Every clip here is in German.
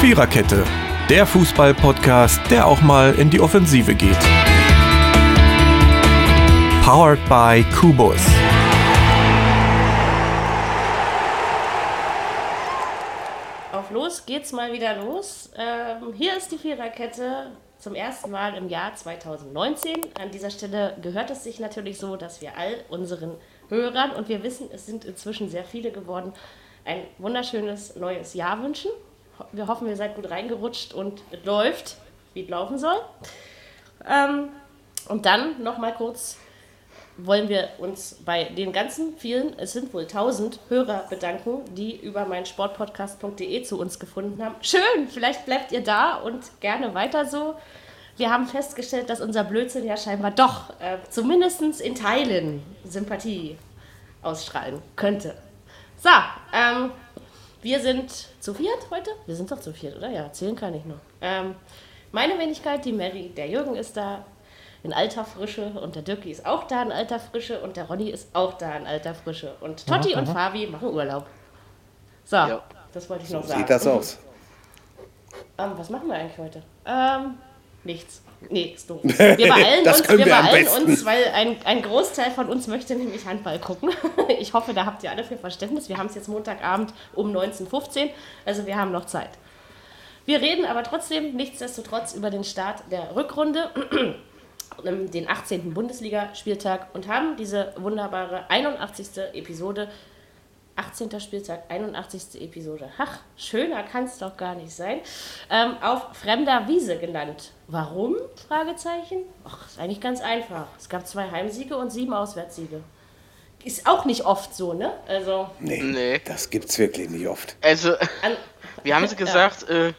Viererkette, der Fußball-Podcast, der auch mal in die Offensive geht. Powered by Kubus. Auf los geht's mal wieder los. Ähm, hier ist die Viererkette zum ersten Mal im Jahr 2019. An dieser Stelle gehört es sich natürlich so, dass wir all unseren Hörern, und wir wissen, es sind inzwischen sehr viele geworden, ein wunderschönes neues Jahr wünschen. Ho- Wir hoffen, ihr seid gut reingerutscht und es läuft, wie es laufen soll. Ähm, und dann nochmal kurz wollen wir uns bei den ganzen vielen, es sind wohl 1000 Hörer bedanken, die über mein sportpodcast.de zu uns gefunden haben. Schön, vielleicht bleibt ihr da und gerne weiter so. Wir haben festgestellt, dass unser Blödsinn ja scheinbar doch äh, zumindest in Teilen Sympathie ausstrahlen könnte. So, ähm, wir sind zu viert heute. Wir sind doch zu viert, oder? Ja, zählen kann ich noch. Ähm, meine Wenigkeit, die Mary, der Jürgen ist da in alter Frische und der Dirki ist auch da in alter Frische und der Ronny ist auch da in alter Frische. Und Totti und Fabi machen Urlaub. So, das wollte ich noch sagen. Sieht das aus? Ähm, was machen wir eigentlich heute? Ähm, nichts. Nee, ist doof. Wir beeilen Das uns, können wir wir am beeilen besten. uns, weil ein, ein Großteil von uns möchte nämlich Handball gucken. Ich hoffe, da habt ihr alle für Verständnis. Wir haben es jetzt Montagabend um 19.15 Uhr, also wir haben noch Zeit. Wir reden aber trotzdem nichtsdestotrotz über den Start der Rückrunde, ähm, den 18. Bundesligaspieltag und haben diese wunderbare 81. Episode 18. Spieltag, 81. Episode. Ach, schöner kann es doch gar nicht sein. Ähm, auf fremder Wiese genannt. Warum? Fragezeichen. Ach, ist eigentlich ganz einfach. Es gab zwei Heimsiege und sieben Auswärtssiege. Ist auch nicht oft so, ne? Also, Nee, Nee. Das gibt's wirklich nicht oft. Also, an, wir haben sie gesagt, äh,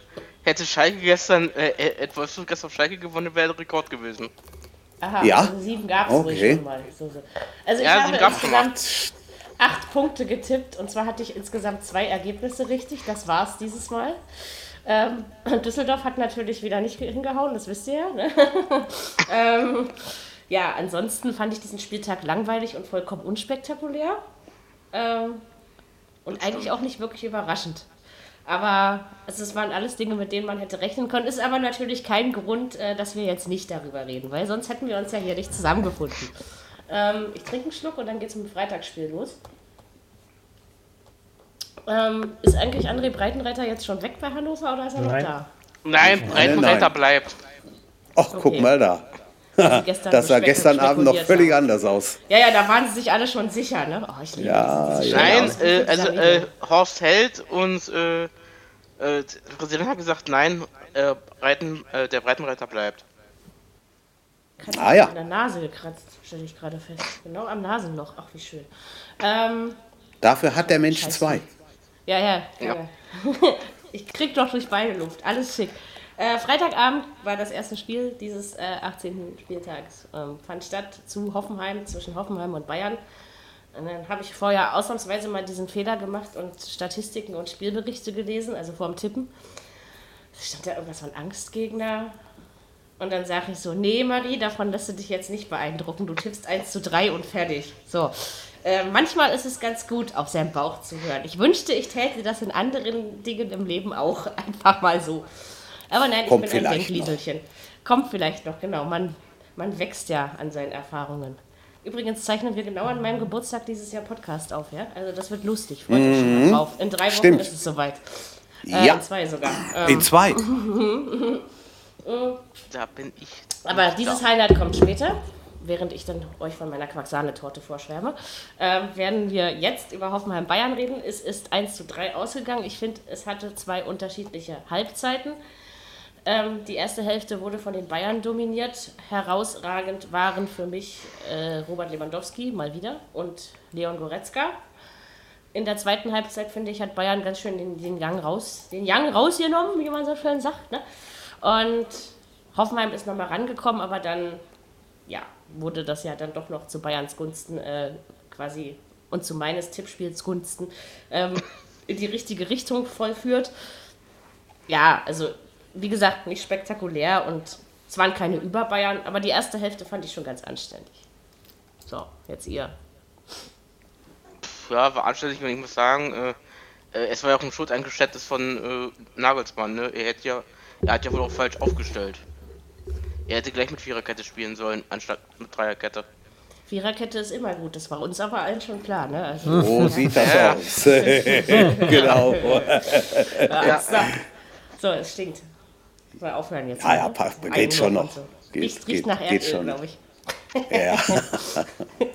hätte Schalke gestern, äh, äh, hätte Wolfsburg gestern auf Schalke gewonnen, wäre der Rekord gewesen. aha, Ja? also sieben gab es Okay. ruhig schon mal. So, so. Also, ich Ja, habe sieben gab's schon mal. insgesamt acht Punkte getippt und zwar hatte ich insgesamt zwei Ergebnisse richtig. Das war's dieses Mal. Ähm, Düsseldorf hat natürlich wieder nicht hingehauen, das wisst ihr ja. Ne? ähm, ja, ansonsten fand ich diesen Spieltag langweilig und vollkommen unspektakulär. Ähm, und eigentlich auch nicht wirklich überraschend. Aber also es waren alles Dinge, mit denen man hätte rechnen können. Ist aber natürlich kein Grund, äh, dass wir jetzt nicht darüber reden, weil sonst hätten wir uns ja hier nicht zusammengefunden. Ähm, ich trinke einen Schluck und dann geht's mit dem Freitagsspiel los. Ähm, ist eigentlich André Breitenreiter jetzt schon weg bei Hannover oder ist er Nein. noch da? Nein, Breitenreiter nein. bleibt. Ach, guck Okay. mal da. Sie gestern Ah, Das sah spekuliert- gestern Abend noch spekuliert völlig haben. anders aus. Ja, ja, da waren sie sich alle schon sicher, ne? Oh, ich liebe Ja, das. ja. Nein, äh, Das also ist äh, Horst Held und äh, äh, der Präsident hat gesagt, nein, äh, Breiten, äh, der Breitenreiter bleibt. Katze Ah, ja. an der Nase gekratzt, stelle ich gerade fest. Genau am Nasenloch. Ach, wie schön. Ähm, Dafür hat der Mensch Scheiße. zwei. ja, ja. Ja. ja. ich krieg doch durch beide Luft. Alles schick. Äh, Freitagabend war das erste Spiel dieses äh, 18. Spieltags. Ähm, fand statt zu Hoffenheim, zwischen Hoffenheim und Bayern. Und dann habe ich vorher ausnahmsweise mal diesen Fehler gemacht und Statistiken und Spielberichte gelesen, also vorm Tippen. Da stand da irgendwas von Angstgegner. Und dann sage ich so, nee, Marie, davon lässt du dich jetzt nicht beeindrucken. Du tippst 1 zu 3 und fertig. So. Äh, manchmal ist es ganz gut, auf seinen Bauch zu hören. Ich wünschte, ich täte das in anderen Dingen im Leben auch einfach mal so. Aber nein, Kommt ich bin ein vielleicht noch. Denklieselchen. Kommt vielleicht noch, genau. Man, man wächst ja an seinen Erfahrungen. Übrigens zeichnen wir genau an meinem Geburtstag dieses Jahr Podcast auf, ja? Also das wird lustig, freut mich schon mal drauf. In drei Wochen Mhm. Stimmt. ist es soweit. Äh, Ja, In zwei sogar. Ähm, In zwei. Da bin ich. Aber nicht dieses da. Highlight kommt später. Während ich dann euch von meiner Quacksahne-Torte vorschwärme, ähm, werden wir jetzt über Hoffenheim-Bayern reden. Es ist 1 zu 3 ausgegangen. Ich finde, es hatte zwei unterschiedliche Halbzeiten. Ähm, die erste Hälfte wurde von den Bayern dominiert. Herausragend waren für mich äh, Robert Lewandowski mal wieder und Leon Goretzka. In der zweiten Halbzeit, finde ich, hat Bayern ganz schön den, den Yang raus, den Yang rausgenommen, wie man so schön sagt. Ne? Und Hoffenheim ist nochmal rangekommen, aber dann ja, wurde das ja dann doch noch zu Bayerns Gunsten äh, quasi und zu meines Tippspiels Gunsten ähm, in die richtige Richtung vollführt. Ja, also wie gesagt, nicht spektakulär und es waren keine Überbayern, aber die erste Hälfte fand ich schon ganz anständig. So, jetzt ihr. Ja, war anständig und ich muss sagen, äh, äh, es war ja auch ein Schuld eingestelltes von äh, Nagelsmann, ne? Er hätte ja, er hat ja wohl auch falsch aufgestellt. Er hätte gleich mit Viererkette spielen sollen, anstatt mit Dreierkette. Viererkette ist immer gut, das war uns aber allen schon klar, ne? Also, So Oh, sieht das Ja. aus. genau. ja. so. so, es stinkt. Mal aufhören jetzt. ne? Ja, ja, pa- geht Ein schon Minute noch. und So. Geht- riecht, riecht geht- nach geht Erdöl, schon. glaube ich. Ja.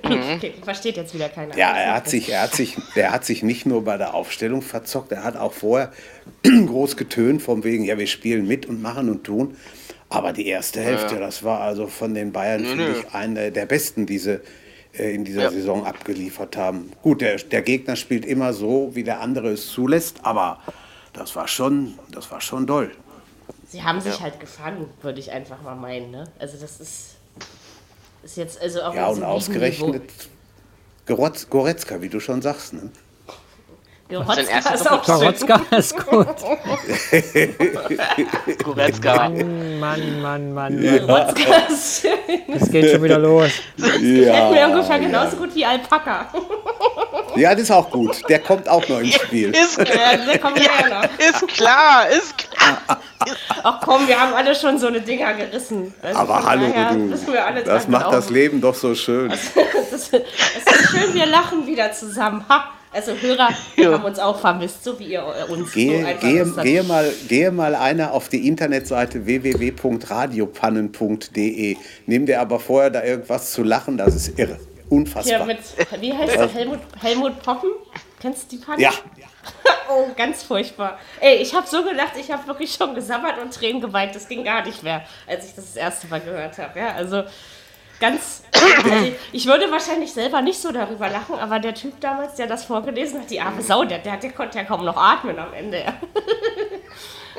Okay, versteht jetzt wieder keiner. Ja, er hat sich, er hat sich, der hat sich nicht nur bei der Aufstellung verzockt, er hat auch vorher groß getönt vom wegen, ja, wir spielen mit und machen und tun. Aber die erste Hälfte, das war also von den Bayern, finde nö. ich, eine der besten, die sie äh, in dieser Ja. Saison abgeliefert haben. Gut, der, der Gegner spielt immer so, wie der andere es zulässt, aber das war schon, das war schon doll. Sie haben sich halt gefangen, würde ich einfach mal meinen. Ne? Also das ist, ist jetzt also auch Ja, auf und diesem ausgerechnet Niveau- Gorotz, Goretzka, wie du schon sagst. Ne? Gerotzka Sein erster ist auch schön. Karotzka ist gut. Goretzka. Mann, Mann, Mann, Mann. Gerotzka ist schön. Es geht schon wieder los. Ja, Oh, mir ungefähr genauso gut wie Alpaka. Ja, das ist auch gut. Der kommt auch noch ins Spiel. Ist, Ja, da kommen wir ja noch. ist klar, ist klar. Ach komm, wir haben alle schon so eine Dinger gerissen. Also Aber von hallo, daher du. müssen wir alle Das dran macht das glauben. Leben doch so schön. Es genau. ist, es ist schön, wir lachen wieder zusammen. Ha. Also Hörer, wir haben uns auch vermisst, so wie ihr äh, uns. so Gehe, einfach gehe, ist das. gehe, mal, gehe mal einer auf die Internetseite www.radiopannen.de. Nimm dir aber vorher da irgendwas zu lachen, das ist irre. Hier Unfassbar. mit, wie heißt der? Helmut, Helmut Poppen? Kennst du die Panne? Also- Ja, Oh, ganz furchtbar. Ey, ich habe so gelacht, ich habe wirklich schon gesabbert und Tränen geweint. Das ging gar nicht mehr, als ich das das erste Mal gehört habe. Ja, also ganz. Also ich würde wahrscheinlich selber nicht so darüber lachen, aber der Typ damals, der das vorgelesen hat, die arme Sau, der, der, der konnte ja kaum noch atmen am Ende. Ja.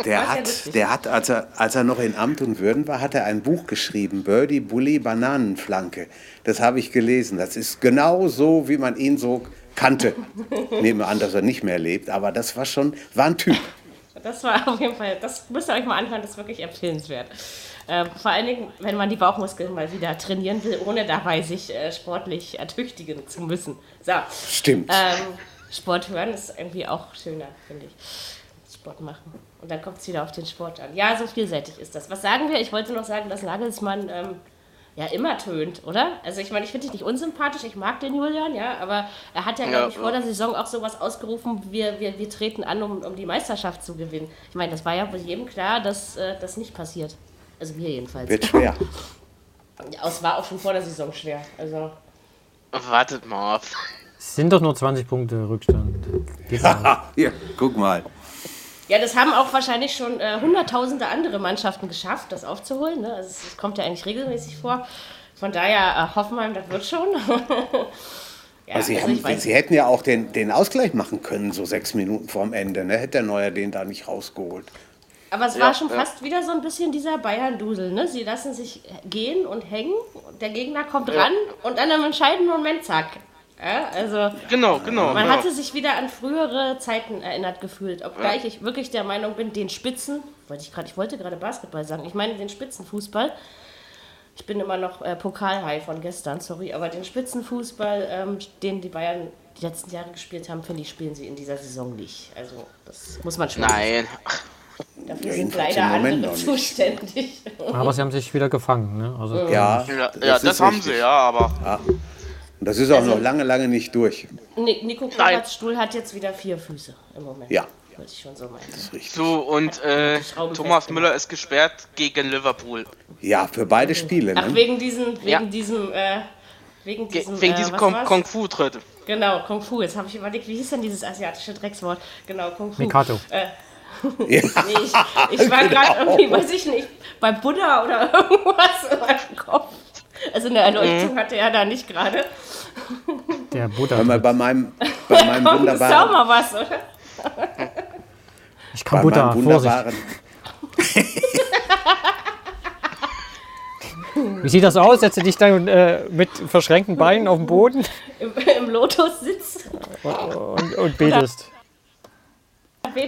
der ja hat, lustig. der hat als, er, als er noch in Amt und Würden war, hat er ein Buch geschrieben, Birdie Bully Bananenflanke. Das habe ich gelesen. Das ist genau so, wie man ihn so kannte. Nehmen wir an, dass er nicht mehr lebt, aber das war schon, war ein Typ. Das war auf jeden Fall, das müsst ihr euch mal anhören, das ist wirklich empfehlenswert. Ähm, vor allen Dingen, wenn man die Bauchmuskeln mal wieder trainieren will, ohne dabei sich äh, sportlich ertüchtigen zu müssen. So. Stimmt. Ähm, Sport hören ist irgendwie auch schöner, finde ich. Sport machen. Und dann kommt es wieder auf den Sport an. Ja, so vielseitig ist das. Was sagen wir? Ich wollte noch sagen, dass Nagelsmann ähm, ja immer tönt, oder? Also ich meine, ich finde dich nicht unsympathisch, ich mag den Julian, ja, aber er hat ja, glaube ich, ja. vor der Saison auch sowas ausgerufen, wir, wir, wir treten an, um, um die Meisterschaft zu gewinnen. Ich meine, das war ja wohl jedem klar, dass äh, das nicht passiert. Also mir jedenfalls. Wird schwer. Ja, Es war auch schon vor der Saison schwer. Also Wartet mal auf. Es sind doch nur 20 Punkte Rückstand. Geht ja. Hier, guck mal. Ah, Ja, das haben auch wahrscheinlich schon äh, hunderttausende andere Mannschaften geschafft, das aufzuholen. Ne? Also es kommt ja eigentlich regelmäßig vor. Von daher, äh, Hoffenheim, das wird schon. ja, Also sie, also haben, ich weiß sie hätten ja auch den, den Ausgleich machen können, so sechs Minuten vorm Ende. Ne? Hätte der Neuer den da nicht rausgeholt. Aber es Ja, war schon ja. fast wieder so ein bisschen dieser Bayern-Dusel. Ne? Sie lassen sich gehen und hängen, der Gegner kommt ran und dann im entscheidenden Moment zack. Ja, also Genau, genau. man genau. hatte sich wieder an frühere Zeiten erinnert gefühlt. Obgleich ich wirklich der Meinung bin, den Spitzen, wollte ich gerade, ich wollte gerade Basketball sagen, ich meine den Spitzenfußball. Ich bin immer noch äh, Pokalhigh von gestern, sorry, aber den Spitzenfußball, ähm, den die Bayern die letzten Jahre gespielt haben, finde ich, spielen sie in dieser Saison nicht. Also das muss man schon Nein. Dafür sind jedenfalls leider im Moment andere noch zuständig. Aber sie haben sich wieder gefangen. Ne? Also, Ja, Ja, ja das ist haben richtig. sie, ja, Also- aber. Und das ist auch noch lange, lange nicht durch. Ni- Nico Nein. Kovacs Stuhl hat jetzt wieder vier Füße im Moment. Ja. Würde ich schon so meinen. So, und äh, Schrauben Thomas festgemacht. Müller ist gesperrt gegen Liverpool. Ja, für beide Spiele. Ach, Ne? wegen diesem, wegen Ja. diesem, äh, wegen Ge diesem, wegen äh, diesem was Kung, war's? Kung Fu-Tritt. Genau, Kung Fu. Jetzt habe ich überlegt, wie hieß denn dieses asiatische Dreckswort? Genau, Kung Fu. Mikado. Äh, Ja. nee, ich, ich Genau. war gerade irgendwie, weiß ich nicht, bei Buddha oder irgendwas in meinem Kopf. Also eine Erleuchtung Mhm. hatte er da nicht gerade. der Buddha. Hör mal, bei meinem, bei meinem Komm, das ist doch wunderbaren, mal was, oder? Ich bei kann Buddha. meinem Vorsicht. wunderbaren Wie sieht das aus? Setze dich dann äh, mit verschränkten Beinen auf den Boden Im, im Lotus sitzt. und, und betest.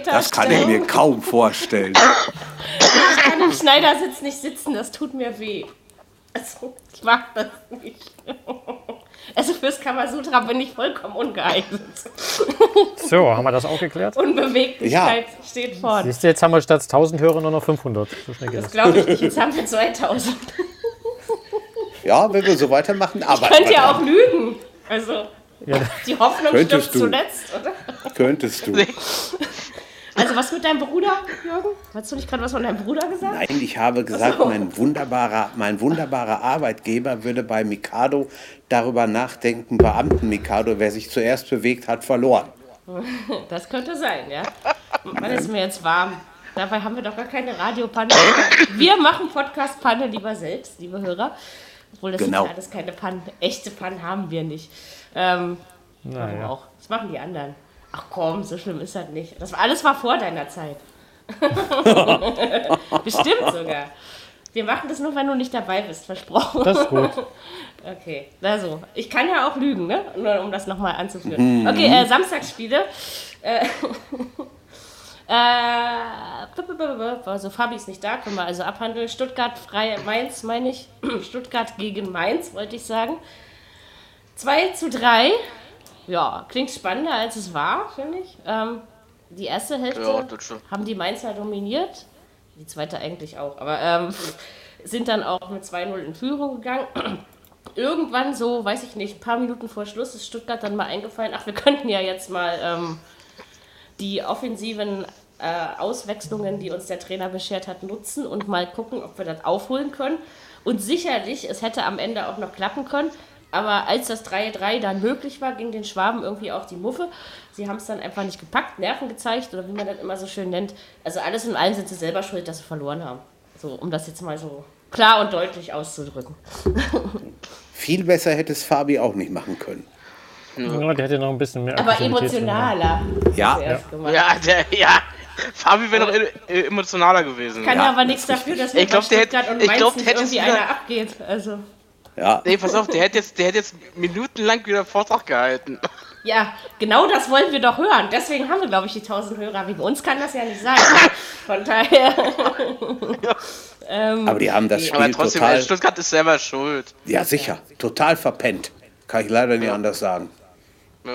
das kann ich mir kaum vorstellen. Im Schneidersitz nicht sitzen, das tut mir weh. Also, ich mag das nicht. Also fürs Kamasutra bin ich vollkommen ungeeignet. So, haben wir das auch geklärt? Unbeweglichkeit steht vorne. Siehst du, jetzt haben wir statt 1000 Hörer nur noch 500. So schnell geht Das das. glaube ich nicht. Jetzt haben wir 2000. Ja, wenn wir so weitermachen, arbeiten Könnt wir ihr auch dran. lügen. Also, die Hoffnung Könntest stirbt du. zuletzt, oder? Könntest du. Also, was mit deinem Bruder, Jürgen? Hast du nicht gerade was von deinem Bruder gesagt? Nein, ich habe gesagt, mein wunderbarer, mein wunderbarer Arbeitgeber würde bei Mikado darüber nachdenken, Beamten Mikado, wer sich zuerst bewegt hat, verloren. Das könnte sein, ja. Man ist mir jetzt warm. Dabei haben wir doch gar keine Radiopanne. Wir machen Podcast-Panne lieber selbst, liebe Hörer. Obwohl das Genau. sind alles keine Pannen. Echte Pannen haben wir nicht. Ähm, warum Naja. auch. Das machen die anderen. Ach komm, so schlimm ist das nicht. Das war, alles war vor deiner Zeit. Bestimmt sogar. Wir machen das nur, wenn du nicht dabei bist, versprochen. Das ist gut. Okay, also, ich kann ja auch lügen, ne? Nur um das nochmal anzuführen. Okay, äh, Samstagsspiele. Äh, äh, b- b- b- b- also Fabi ist nicht da, können wir also abhandeln. Stuttgart frei Mainz, meine ich. Stuttgart gegen Mainz, wollte ich sagen. 2 zu 3. Ja, klingt spannender, als es war, finde ich. Ähm, die erste Hälfte Ja, das stimmt. haben die Mainzer dominiert. Die zweite eigentlich auch. Aber ähm, sind dann auch mit 2-0 in Führung gegangen. Irgendwann so, weiß ich nicht, ein paar Minuten vor Schluss ist Stuttgart dann mal eingefallen, ach, wir könnten ja jetzt mal ähm, die offensiven äh, Auswechslungen, die uns der Trainer beschert hat, nutzen und mal gucken, ob wir das aufholen können. Und sicherlich, es hätte am Ende auch noch klappen können. Aber als das 3-3 dann möglich war, ging den Schwaben irgendwie auch die Muffe. Sie haben es dann einfach nicht gepackt, Nerven gezeigt oder wie man das immer so schön nennt. Also alles in allem sind sie selber schuld, dass sie verloren haben. So, um das jetzt mal so klar und deutlich auszudrücken. Viel besser hätte es Fabi auch nicht machen können. Ja, der hätte noch ein bisschen mehr Aber Aktivität drin gehabt. emotionaler. Ja, zuerst gemacht. Ja, der, ja. Fabi wäre noch e- e- emotionaler gewesen. Kann Ja, ja aber nichts dafür, dass wir Ich glaub, bei der Stuttgart hätte- und ich Mainz glaub, nicht der hätte irgendwie es wieder- einer abgeht. Also, ja. Nee, pass auf, der hätte jetzt, der hätte jetzt minutenlang wieder einen Vortrag gehalten. ja, genau das wollen wir doch hören. Deswegen haben wir, glaube ich, die 1000 Hörer. Wegen uns kann das ja nicht sein. Von daher, Aber die haben das Aber Spiel Hm. trotzdem, total, Stuttgart ist selber schuld. ja sicher, total verpennt. Kann ich leider nicht anders sagen.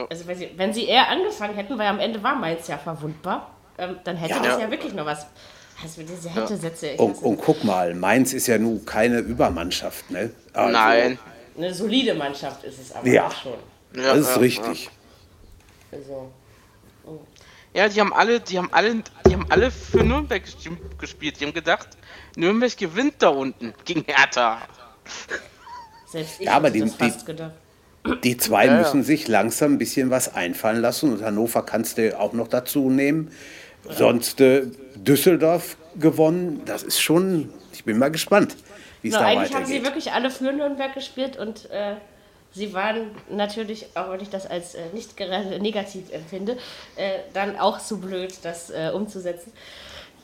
also wenn sie, wenn sie eher angefangen hätten, weil am Ende war Mainz ja verwundbar, ähm, dann hätte Ja. Oh, das Ja. ja wirklich noch was. Also diese Hätte-Sätze, ich Und, weiß und guck mal, Mainz ist ja nun keine Übermannschaft, ne? Also, Nein. nicht. eine solide Mannschaft ist es aber Ja. auch schon. Ja, Das ist ja, richtig. Also, Ja, die haben alle, die haben alle, die haben alle für Nürnberg ges- gespielt. Die haben gedacht, Nürnberg gewinnt da unten gegen Hertha. selbst ich Ja, aber hätte die- das die- fast gedacht. Die zwei ja. müssen sich langsam ein bisschen was einfallen lassen und Hannover kannst du auch noch dazu nehmen. Sonst äh, Düsseldorf gewonnen, das ist schon, ich bin mal gespannt, wie es Genau, da eigentlich haben sie weitergeht. wirklich alle für Nürnberg gespielt und äh, sie waren natürlich, auch wenn ich das als äh, nicht gerade negativ empfinde, äh, dann auch zu blöd, das äh, umzusetzen.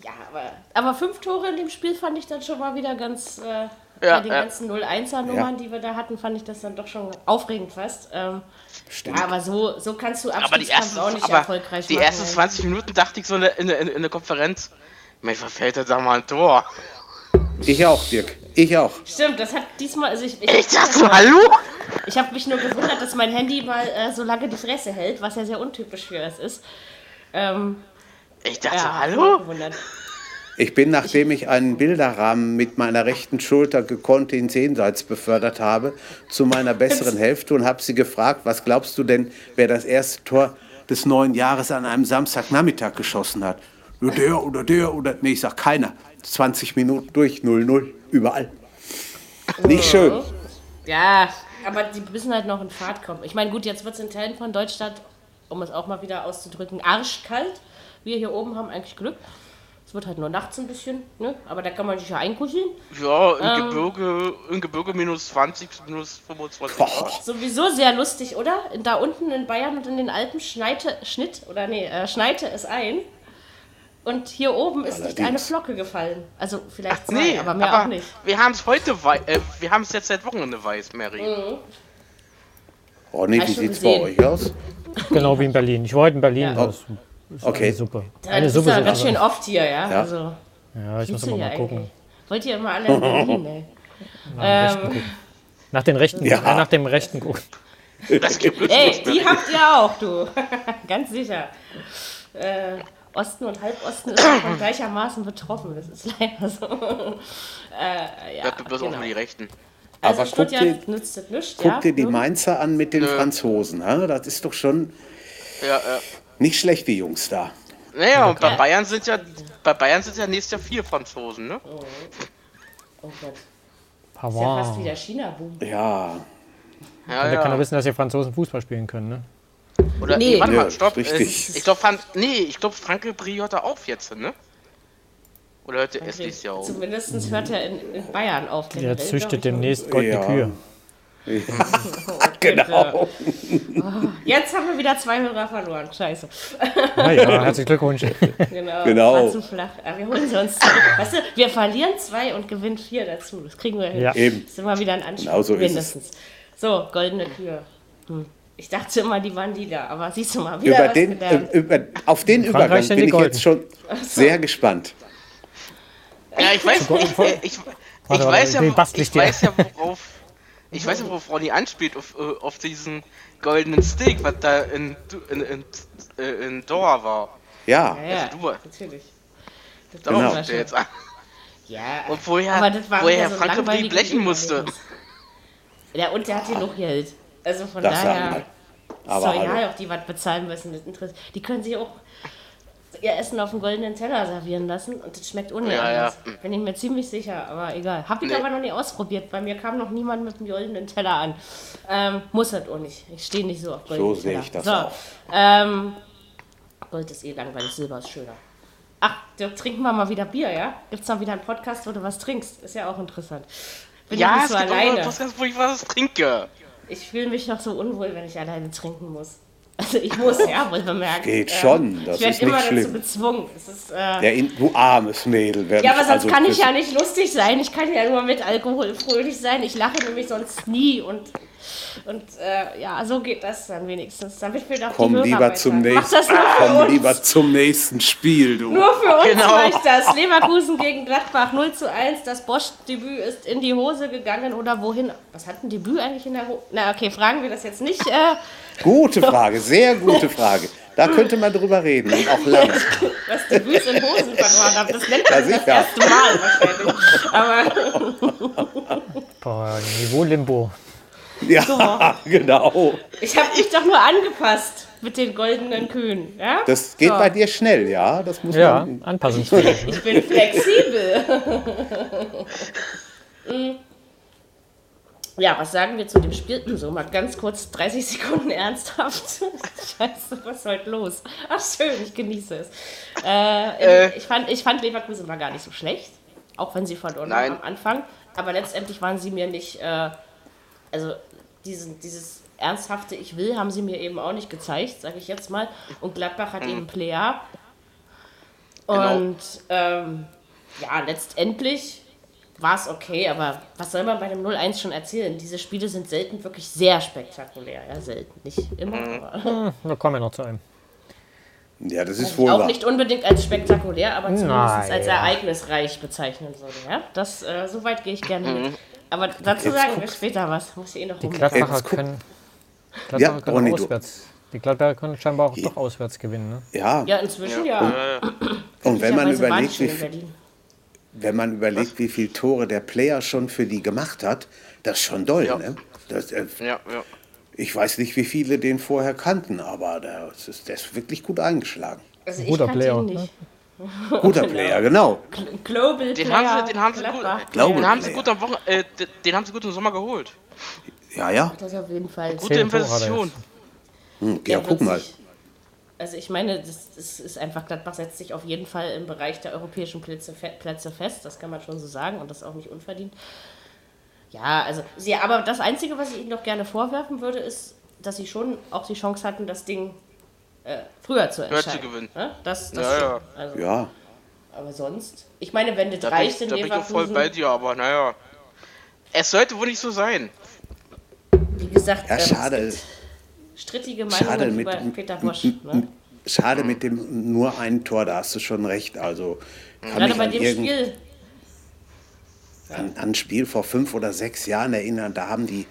Ja, aber, aber fünf Tore in dem Spiel fand ich dann schon mal wieder ganz, äh, bei den ja. ganzen 0-1er-Nummern, Ja. die wir da hatten, fand ich das dann doch schon aufregend fast. Ähm, Stimmt. ja, aber so, so kannst du Aber die Abstiegskampf ersten, auch nicht aber erfolgreich die machen. ersten ey. 20 Minuten dachte ich so in der, in der, in der Konferenz, Mensch, verfällt da doch mal ein Tor. Ich auch, Dirk. Ich auch. Stimmt, das hat diesmal... Also ich, Ich dachte so, hallo? Ich habe mich nur gewundert, dass mein Handy mal äh, so lange die Fresse hält, was ja sehr untypisch für es ist. Ähm, Ich dachte so, ja, hab mich Also, hallo? gewundert. Ich bin, nachdem ich einen Bilderrahmen mit meiner rechten Schulter gekonnt ins Jenseits befördert habe, zu meiner besseren Hälfte und habe sie gefragt, was glaubst du denn, wer das erste Tor des neuen Jahres an einem Samstagnachmittag geschossen hat? Nur der oder der oder... Nee, ich sag keiner. 20 Minuten durch, 0-0, überall. Nicht Oh. schön. Ja, aber die müssen halt noch in Fahrt kommen. Ich meine, gut, jetzt wird es in Teilen von Deutschland, um es auch mal wieder auszudrücken, arschkalt. Wir hier oben haben eigentlich Glück. Es wird halt nur nachts ein bisschen, ne? aber da kann man sich ja einkuscheln. Ja, im Ähm. Gebirge, im Gebirge minus 20, minus 25. Boah, Sowieso sehr lustig, oder? Da unten in Bayern und in den Alpen schneite, schnitt, oder nee, äh, schneite es ein. Und hier oben ist nicht Allerdings. eine Flocke gefallen. Also vielleicht zwei, Nee, aber mehr auch nicht. wir haben es heute wei äh, wir haben es jetzt seit Wochenende weiß, Mary. Mm, Ronny, Hast Oh, wie du sieht's bei gesehen? euch aus? Genau wie in Berlin. Ich war heute in Berlin. Ja. Das ist Okay. eine Suppe. Eine Eine das ist Suppe ja sind ganz schön alle. oft hier, ja. Ja. Also, Ja, ich muss gibt's denn aber hier mal gucken. eigentlich? Wollt ihr immer alle in Berlin, ey? Nach den rechten, Ja. äh, nach dem rechten gucken. Das gibt es Ey, nicht mehr. die habt ihr auch, du. Ganz sicher. Äh, Osten und Halbosten ist davon gleichermaßen betroffen. Das ist leider so. äh, ja, Da gibt es auch genau. nur die Rechten. Also Aber guck dir, Stuttgart nützt das nicht, guck ja. ne? dir die Nirgends. Mainzer an mit den Franzosen. Ha? Das ist doch schon Ja, ja. nicht schlecht, die Jungs da. Naja, und bei Bayern sind ja bei Bayern sind ja nächstes Jahr vier Franzosen, ne? Oh Gott. Ist ja fast Pavard. wie der China-Boom. Ja, Ja, Da kann er ja. wissen, dass ihr Franzosen Fußball spielen können, ne? Oder Nee. nee, warte Ja, mal, stopp. Äh, richtig. ich glaube Fran nee, ich glaube Frank Ribéry hört da auf jetzt, ne? Oder hört er erst nächstes Jahr auf? Zumindest hört er in, in Bayern auf. Der generell, züchtet glaub ich, demnächst goldene Ja. Kühe. genau. noch. Jetzt haben wir wieder zwei Hörer verloren. Scheiße. Naja, herzlichen Glückwunsch. Genau. Genau. War zu flach. Aber wir holen sie uns zurück. Weißt du, wir verlieren zwei und gewinnen vier dazu. Das kriegen wir hin. Ja. Eben. Das ist immer wieder ein Anspruch. Genau so ist es. mindestens. So, goldene Kühe. Hm. Ich dachte immer, die waren die da, aber siehst du mal, wieder Über was den, gelernt. äh, über, auf den Frankreich Übergang sind bin die ich jetzt schon sehr gespannt. Ja, ich weiß nicht. Gott. äh, Ich, ich, warte, weiß ja, den wo- bastel ich ich dir. weiß ja, worauf. Ich weiß ja, worauf Ronny anspielt, auf, äh, auf diesen goldenen Steak, was da in, Du- in, in, äh, in Doha war. Ja, ja, also du war- natürlich. Das Darauf Genau. war ruft schon- er jetzt an. Ja, Und woher- aber das war woher wieder Frank Ribéry langweilige blechen musste. Überlegungs- Ja, und der hat genug Geld. Also von das sagen daher. wir. Aber Aber ist doch egal, hallo. ob die was bezahlen müssen. Das interessiert. Die können sich auch ihr Essen auf dem goldenen Teller servieren lassen und das schmeckt ohne Ja, anders. ja. Bin ich mir ziemlich sicher, aber egal. Hab ich Nee. aber noch nie ausprobiert. Bei mir kam noch niemand mit dem goldenen Teller an. Ähm, muss das auch nicht. Ich stehe nicht so auf goldenen sehe Teller. ich das so. auch. Ähm, Gold ist eh langweilig, Silber ist schöner. Ach, Dirk, trinken wir mal wieder Bier, ja? Gibt's mal wieder einen Podcast, wo du was trinkst? Ist ja auch interessant. Bin ja, Ja, nicht es so gibt auch einen alleine. Podcast, wo ich was trinke. Ich fühle mich noch so unwohl, wenn ich alleine trinken muss. Also ich muss, ja, wohl bemerkt. Geht Ähm, schon, das ich werd ist nicht immer dazu schlimm. bezwungen. Es ist, äh, Der in, du armes Mädel. Mensch, ja, aber sonst also kann ich das- ja nicht lustig sein. Ich kann ja nur mit Alkohol fröhlich sein. Ich lache nämlich sonst nie. Und, und äh, ja, so geht das dann wenigstens. Damit wir doch die Komm Hörer lieber zum weiter- Mach nächsten, das nur für komm uns. lieber zum nächsten Spiel, du. Nur für uns Genau. reicht das. Leverkusen gegen Gladbach 0 zu 1. Das Bosch-Debüt ist in die Hose gegangen oder wohin? Was hat ein Debüt eigentlich in der Hose? Na, okay, fragen wir das jetzt nicht. Äh, Gute Frage, sehr gute Frage. Da könnte man drüber reden und auch lange. was Debüts in Hosen verloren haben. Das nennt Ja, man das sicher. erste Mal wahrscheinlich. Aber Boah, Niveau Limbo. Ja, genau. ich habe mich doch nur angepasst mit den goldenen Kühen. Ja? Das geht So. bei dir schnell, ja. Das muss Ja, man. anpassungsfähig. ne? Ich bin flexibel. Mm. ja, was sagen wir zu dem Spiel? Hm, So mal ganz kurz 30 Sekunden ernsthaft. Scheiße, was ist heute los? Ach schön, ich genieße es. Äh, ich, fand, ich fand Leverkusen war gar nicht so schlecht, auch wenn sie verloren Nein. haben am Anfang. Aber letztendlich waren sie mir nicht, äh, also diesen, dieses ernsthafte Ich will haben sie mir eben auch nicht gezeigt, sage ich jetzt mal. Und Gladbach hat eben Player. Genau. Und ähm, ja, letztendlich war es okay, aber was soll man bei dem 0-1 schon erzählen? Diese Spiele sind selten wirklich sehr spektakulär. Ja, selten. Nicht immer, aber Da kommen wir noch zu einem. Ja, das ist wohl auch wahr. nicht unbedingt als spektakulär, aber zumindest Naja. als ereignisreich bezeichnen würde. Ja? Das, äh, so weit gehe ich gerne mit. Aber dazu Jetzt sagen wir guckst- später was. Muss ich eh noch Die rummeckern. Gladbacher jetzt guck- können, Gladbacher Ja, können Ronny, du. auswärts. Die Gladbacher können scheinbar auch doch auswärts gewinnen. Ne? Ja, Ja, inzwischen ja. und wenn Möglicherweise waren man, die überlegt, schon wie, in viel- Berlin. wenn man überlegt, wie viele Tore der Player schon für die gemacht hat, das ist schon doll. Ja. Ne? Das, äh, Ja, ja. ich weiß nicht, wie viele den vorher kannten, aber der ist, der ist wirklich gut eingeschlagen. Also ich Guter kannte Player, ihn nicht. Guter Player, genau. Global Den Player. haben sie, den haben sie Gladbach gut, Glaube den haben sie Player. gut am Wochen, äh, d- den haben sie gut im Sommer geholt. Ja, ja. Das auf jeden Fall. Gute Zehn Tore hat er Investition. Hm, ja, Der guck wird mal. sich- Also ich meine, das, das ist einfach, Gladbach setzt sich auf jeden Fall im Bereich der europäischen Plätze, fe- Plätze fest, das kann man schon so sagen und das auch nicht unverdient. Ja, also sie, aber das Einzige, was ich ihnen doch gerne vorwerfen würde, ist, dass sie schon auch die Chance hatten, das Ding äh, früher zu entscheiden. gewinnen. Ne? Das, das Ja, schon. ja. Also, Ja, Aber sonst, ich meine, wenn das Da bin ich, reicht in da bin ich auch voll Leverkusen, bei dir, aber naja. Es sollte wohl nicht so sein. wie gesagt, ja ähm, schade. strittige Schade Meinungen mit, über Peter Bosch. Ne? schade mit dem nur ein Tor, da hast du schon recht. Also kann Gerade mich bei an, dem irgend- Spiel an, an ein Spiel vor fünf oder sechs Jahren erinnern, da haben die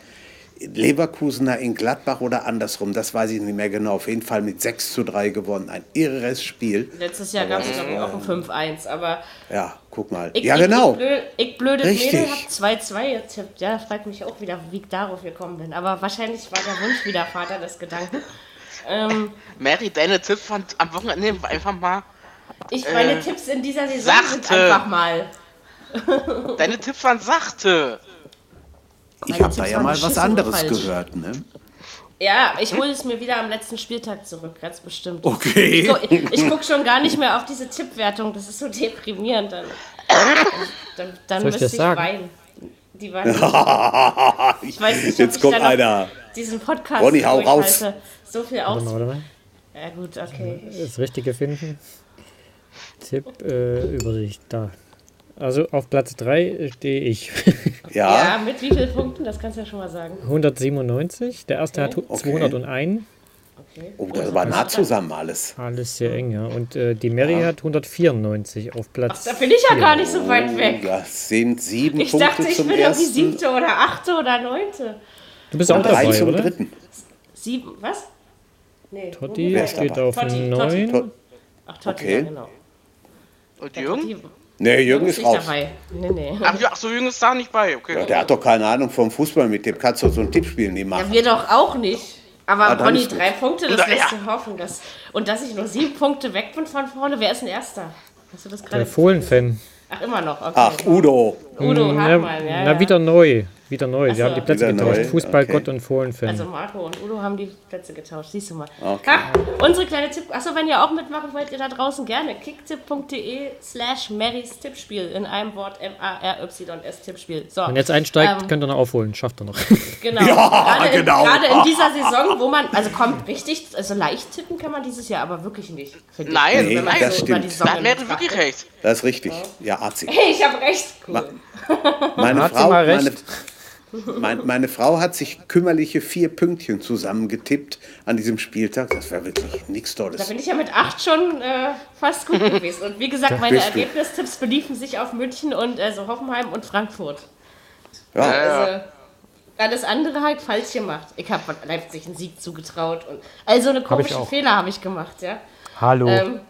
Leverkusener in Gladbach oder andersrum, das weiß ich nicht mehr genau. Auf jeden Fall mit 6 zu 3 gewonnen. Ein irres Spiel. Letztes Jahr gab es, glaube ich, auch ein 5-1, aber Ja, guck mal. ich, ja, ich, ich, genau. blö, ich blödes Richtig. Mädel hab 2-2 getippt. Ja, fragt mich auch wieder, wie ich darauf gekommen bin. Aber wahrscheinlich war der Wunsch wieder Vater des Gedanken. Ähm, Mary, deine Tipps waren am Wochenende einfach mal. ich, meine Tipps in dieser Saison sind sachte. einfach mal. Deine Tipps waren sachte. Ich habe Tipps da ja waren mal was beschissen und anderes falsch. gehört. Ne? Ja, ich hole es mir wieder am letzten Spieltag zurück, ganz bestimmt. Okay. So, ich ich gucke schon gar nicht mehr auf diese Tippwertung, das ist so deprimierend. Dann, dann, dann Soll ich müsste das ich sagen? weinen. Die waren Ich weiß nicht, ob Jetzt ich kommt da noch einer. Diesen Podcast Ronny, hau durchhalte. So viel auf. Warte mal, warte mal. Ja, gut, okay. Das Richtige finden. Tipp, äh, Übersicht, da. Also auf Platz 3 stehe ich. Ja. Ja, mit wie vielen Punkten? Das kannst du ja schon mal sagen. 197, der erste hat hu- Okay. 201. Okay. Oh, das war nah zusammen alles. Alles sehr eng, ja. Und äh, die Mary hat 194 auf Platz. Da bin ich ja gar nicht so weit weg. Das Oh, sind sieben Ich Punkte dachte, ich zum bin doch die ersten. siebte oder achte oder neunte. Du bist auch Drei dabei, zum oder? dritten. Sieben, was? Nee. Totti Wer ist steht dabei? auf Totti, neun. Totti. Ach, Totti, Okay. ja, genau. Und Der Jürgen? Totti Nee, Jürgen ist nicht raus. dabei. Nee, nee. Ach, ja, ach so, Jürgen ist da nicht bei. Okay. Ja, der hat doch keine Ahnung vom Fußball, mit dem kannst du so ein Tippspiel nicht Ja, machen. wir doch auch nicht. Ah, Aber dann Ronny, ist gut. drei Punkte, das Na ja. lässt du hoffen. Dass, und dass ich nur sieben Punkte weg bin von vorne, wer ist denn Erster? Hast du das Der gerade? Fohlen-Fan. Hm, Ach, immer noch, okay. Ach, Udo. Udo Na, Hartmann, ja, na, ja. wieder neu. Wieder neu. Sie haben die Plätze Wieder neu, getauscht. Fußballgott okay. und Fohlen-Fan. Also Marco und Udo haben die Plätze getauscht, siehst du mal. Okay. Ha, unsere kleine Tipp. Achso, wenn ihr auch mitmachen wollt, ihr da draußen gerne. kicktipp.de slash Marys Tippspiel. In einem Wort M-A-R-Y-S Tippspiel. So. Wenn ihr jetzt einsteigt, Ähm, könnt ihr noch aufholen. Schafft ihr noch. Genau. gerade, in, genau. gerade in dieser Saison, wo man, also kommt richtig, also leicht tippen kann man dieses Jahr, aber wirklich nicht. finde ich. Nein, Nee, nein, nein. das Das Also über die stimmt. da Saison hat Mary wirklich recht. Das ist richtig. Ja, Azi. Hey, ich habe recht. Cool. Meine Hat sie Frau, mal meine, recht? mein, meine Frau hat sich kümmerliche vier Pünktchen zusammengetippt an diesem Spieltag. Das war wirklich nichts Da Tolles. bin ich ja mit acht schon äh, fast gut gewesen. Und wie gesagt, meine bist du. Ergebnistipps beliefen sich auf München und also Hoffenheim und Frankfurt. Ja, Also, alles andere halt falsch gemacht. Ich habe Leipzig einen Sieg zugetraut und also eine ich komischen auch. Fehler habe ich gemacht, ja. Hallo. Ähm,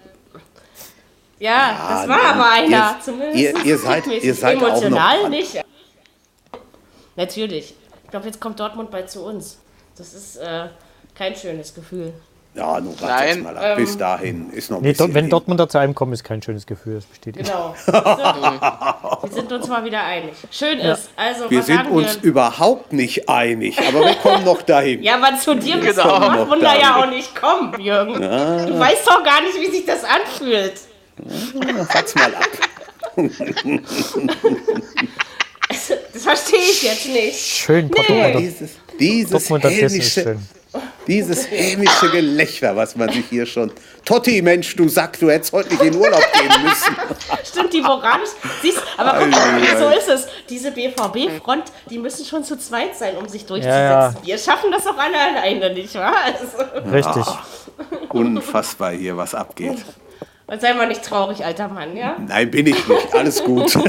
ja, das war nein, aber einer. ihr- zumindest ihr- ihr seid- tippmäßig. ihr seid auch noch emotional dran. nicht. Natürlich. Ich glaube, jetzt kommt Dortmund bald zu uns. Das ist äh, kein schönes Gefühl. ja nun warte jetzt Nein, mal ab. ähm, Bis dahin ist noch ein nee, bisschen dort, wenn hin. Dortmunder zu einem kommen, ist kein schönes Gefühl. Das besteht immer. Genau. So, wir sind uns mal wieder einig. Schön ist. Also, Wir was sind sagen uns wir? überhaupt nicht einig, aber wir kommen noch dahin. Ja, aber zu dir bist Genau. du Noch Gott Wunder ja da. auch nicht kommen, Jürgen. Ah. Du weißt doch gar nicht, wie sich das anfühlt. Wart's mal ab. Also, Das verstehe ich jetzt nicht. Schön, Portugal. Dieses, dieses, Dortmunder Kissen ist hämische, schön. dieses hämische Gelächter, was man sich hier schon. Totti, Mensch, du Sack, du hättest heute nicht in Urlaub gehen müssen. Stimmt, die moralisch. Siehst, aber guck mal, so ist es. Diese BVB-Front, die müssen schon zu zweit sein, um sich durchzusetzen. Ja, ja. Wir schaffen das auch alle alleine, nicht wahr? Also, Richtig. Unfassbar hier, was abgeht. sei mal nicht traurig, alter Mann, ja? Nein, bin ich nicht. Alles gut. Also,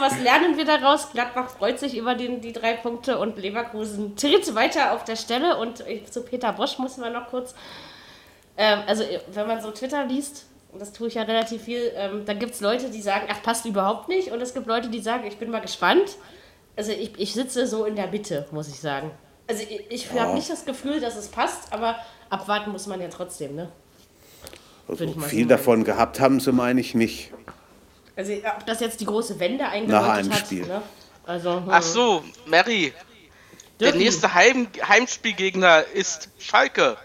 was lernen wir daraus? Gladbach freut sich über den, die drei Punkte und Leverkusen tritt weiter auf der Stelle. Und äh, zu Peter Bosch muss man noch kurz. Ähm, also, äh, wenn man so Twitter liest, und das tue ich ja relativ viel, ähm, da gibt es Leute, die sagen, ach, passt überhaupt nicht. Und es gibt Leute, die sagen, ich bin mal gespannt. Also, ich, ich sitze so in der Mitte, muss ich sagen. Also, ich, ich habe nicht das Gefühl, dass es passt, aber abwarten muss man ja trotzdem, ne? Also, ich mal so viel meinen. davon gehabt haben sie, meine ich nicht. Also, ob das jetzt die große Wende Nach eingeläutet einem hat. Spiel. Ne? Also, hm. Ach so, Mary. Der Dürfen. nächste Heim Heimspielgegner ist Schalke.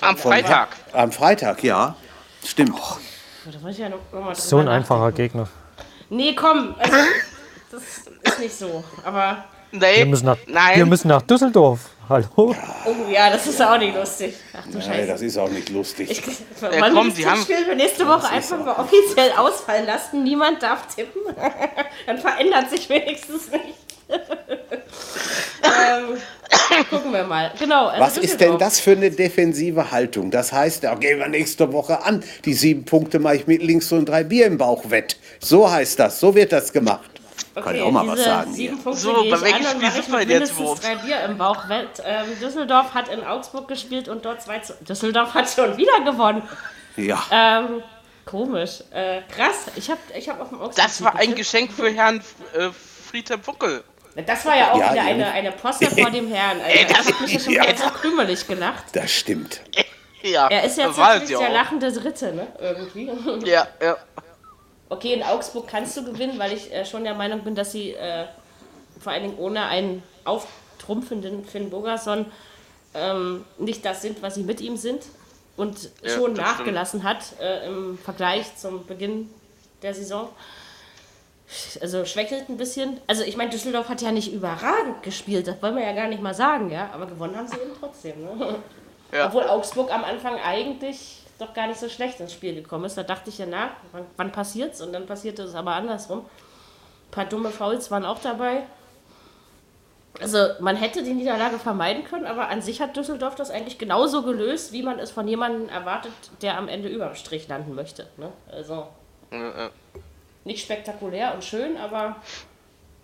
Am Von- Freitag. Am Freitag, ja. Stimmt. Da muss ich ja noch, noch mal So ein drüber einfacher Gegner. Nee, komm. Also, das ist nicht so. Aber, Nee, Wir müssen nach, nein. wir müssen nach Düsseldorf. Hallo? oh ja, das ist auch nicht lustig. Ach du Nein, Äh, das Scheiße. ist auch nicht lustig. Wollen wir komm, das Sie haben- Tippspiel für nächste Woche einfach mal offiziell ausfallen lassen. Niemand darf tippen. Dann verändert sich wenigstens nicht. ähm, gucken wir mal. Genau. also Was ist denn Düsseldorf. das für eine defensive Haltung? Das heißt, da gehen wir nächste Woche an. Die sieben Punkte mache ich mit links und drei Bier im Bauch wett. So heißt das, so wird das gemacht. Kann ich auch mal diese was sagen hier. Sieben Punkte So, gehe bei ich welchem an, dann Spiel mache ich sind wir mit denn mindestens jetzt überhaupt? drei Bier im Bauch. Weil, ähm, Düsseldorf hat in Augsburg gespielt und dort 2 zu. Düsseldorf hat schon wieder gewonnen. Ja. Ähm, komisch. Äh, krass. Ich habe ich hab auf dem Augsburg. Das war ein getippt. Geschenk für Herrn äh, Friedhelm Funkel. Das war ja auch Ja, wieder die- eine, eine Posse vor dem Herrn. Also, Ey, das das- hat mich ja schon wieder so krümelig gemacht. Das stimmt. Ja, Er ist jetzt war es natürlich ja der auch. lachende Dritte, ne? Irgendwie. Ja, ja. Okay, in Augsburg kannst du gewinnen, weil ich äh, schon der Meinung bin, dass sie äh, vor allen Dingen ohne einen auftrumpfenden Finn Bogerson ähm, nicht das sind, was sie mit ihm sind und Ja, schon das nachgelassen hat äh, im Vergleich zum Beginn der Saison. Also schwächelt ein bisschen. Also ich meine, Düsseldorf hat ja nicht überragend gespielt, das wollen wir ja gar nicht mal sagen, ja. Aber gewonnen haben sie eben trotzdem. Ne? Ja. Obwohl Augsburg am Anfang eigentlich doch gar nicht so schlecht ins Spiel gekommen ist. Da dachte ich ja nach, wann, wann passiert's? Und dann passierte es aber andersrum. Ein paar dumme Fouls waren auch dabei. Also man hätte die Niederlage vermeiden können, aber an sich hat Düsseldorf das eigentlich genauso gelöst, wie man es von jemandem erwartet, der am Ende über dem Strich landen möchte. Ne? Also Äh, äh. nicht spektakulär und schön, aber,